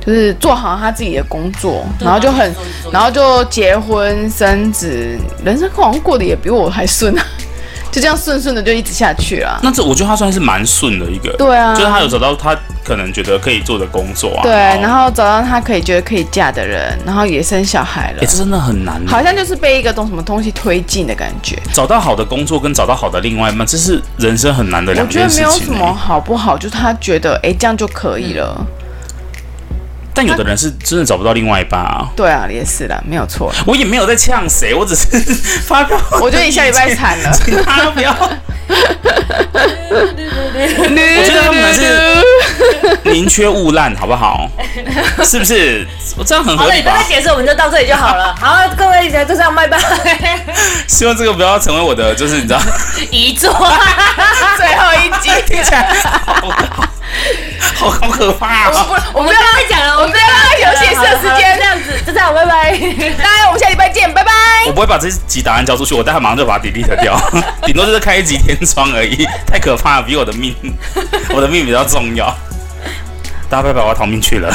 Speaker 1: 就是做好他自己的工作，然后就很
Speaker 4: 嗯做一做，
Speaker 1: 然后就结婚生子，人生好像过得也比我还顺啊， 就这样顺顺的就一直下去啊了。
Speaker 2: 那这我觉得他算是蛮顺的一个，
Speaker 1: 对啊
Speaker 2: 就是他有找到他可能觉得可以做的工作啊。
Speaker 1: 对，然后找到他可以觉得可以嫁的人，然后也生小孩了
Speaker 2: 哎、，这真的很难，
Speaker 1: 好像就是被一个东什么东西推进的感觉。
Speaker 2: 找到好的工作跟找到好的另外一半，这是人生很难的
Speaker 1: 我
Speaker 2: 两
Speaker 1: 觉
Speaker 2: 件
Speaker 1: 得
Speaker 2: 事
Speaker 1: 没
Speaker 2: 情、欸
Speaker 1: 有什么好不好，就是他觉得哎、诶这样就可以了。
Speaker 2: 嗯但
Speaker 1: 啊
Speaker 2: 有的人是真的找不到另外一半啊。
Speaker 1: 对啊，也是啦，没有 错。
Speaker 2: 我也没有在呛谁，我只是 发表我的
Speaker 1: 我觉得你下礼拜
Speaker 2: 意见
Speaker 1: 惨了
Speaker 2: 请大家不要。
Speaker 1: 我
Speaker 2: 我觉得他们是宁缺毋滥，好不好？是不是？我这样很
Speaker 5: 好
Speaker 2: 合
Speaker 5: 了，
Speaker 2: 理
Speaker 5: 你刚
Speaker 2: 吧
Speaker 5: 才？解释，我们就到这里就好了。好，各位就这样拜拜。
Speaker 2: 希望这个不要成为我的，就是你知道。
Speaker 5: 一座，
Speaker 1: 最后一集，
Speaker 2: 听起来好好好可怕
Speaker 1: 我
Speaker 2: 哦！
Speaker 1: 不，
Speaker 5: 我
Speaker 1: 我
Speaker 5: 们
Speaker 1: 们
Speaker 5: 不要再讲了，我们
Speaker 1: 不要浪费 游戏
Speaker 5: 好了
Speaker 1: 设时间
Speaker 5: 这，样子，就这样，拜拜。
Speaker 1: 大家我们下礼拜见，拜拜。
Speaker 2: 我不会把这集答案交出去，我待会马上就把它 delete 掉，顶多就是开一集天窗而已，太可怕 了，比我的命，我的命比较重要。大家拜拜，我要逃命去了。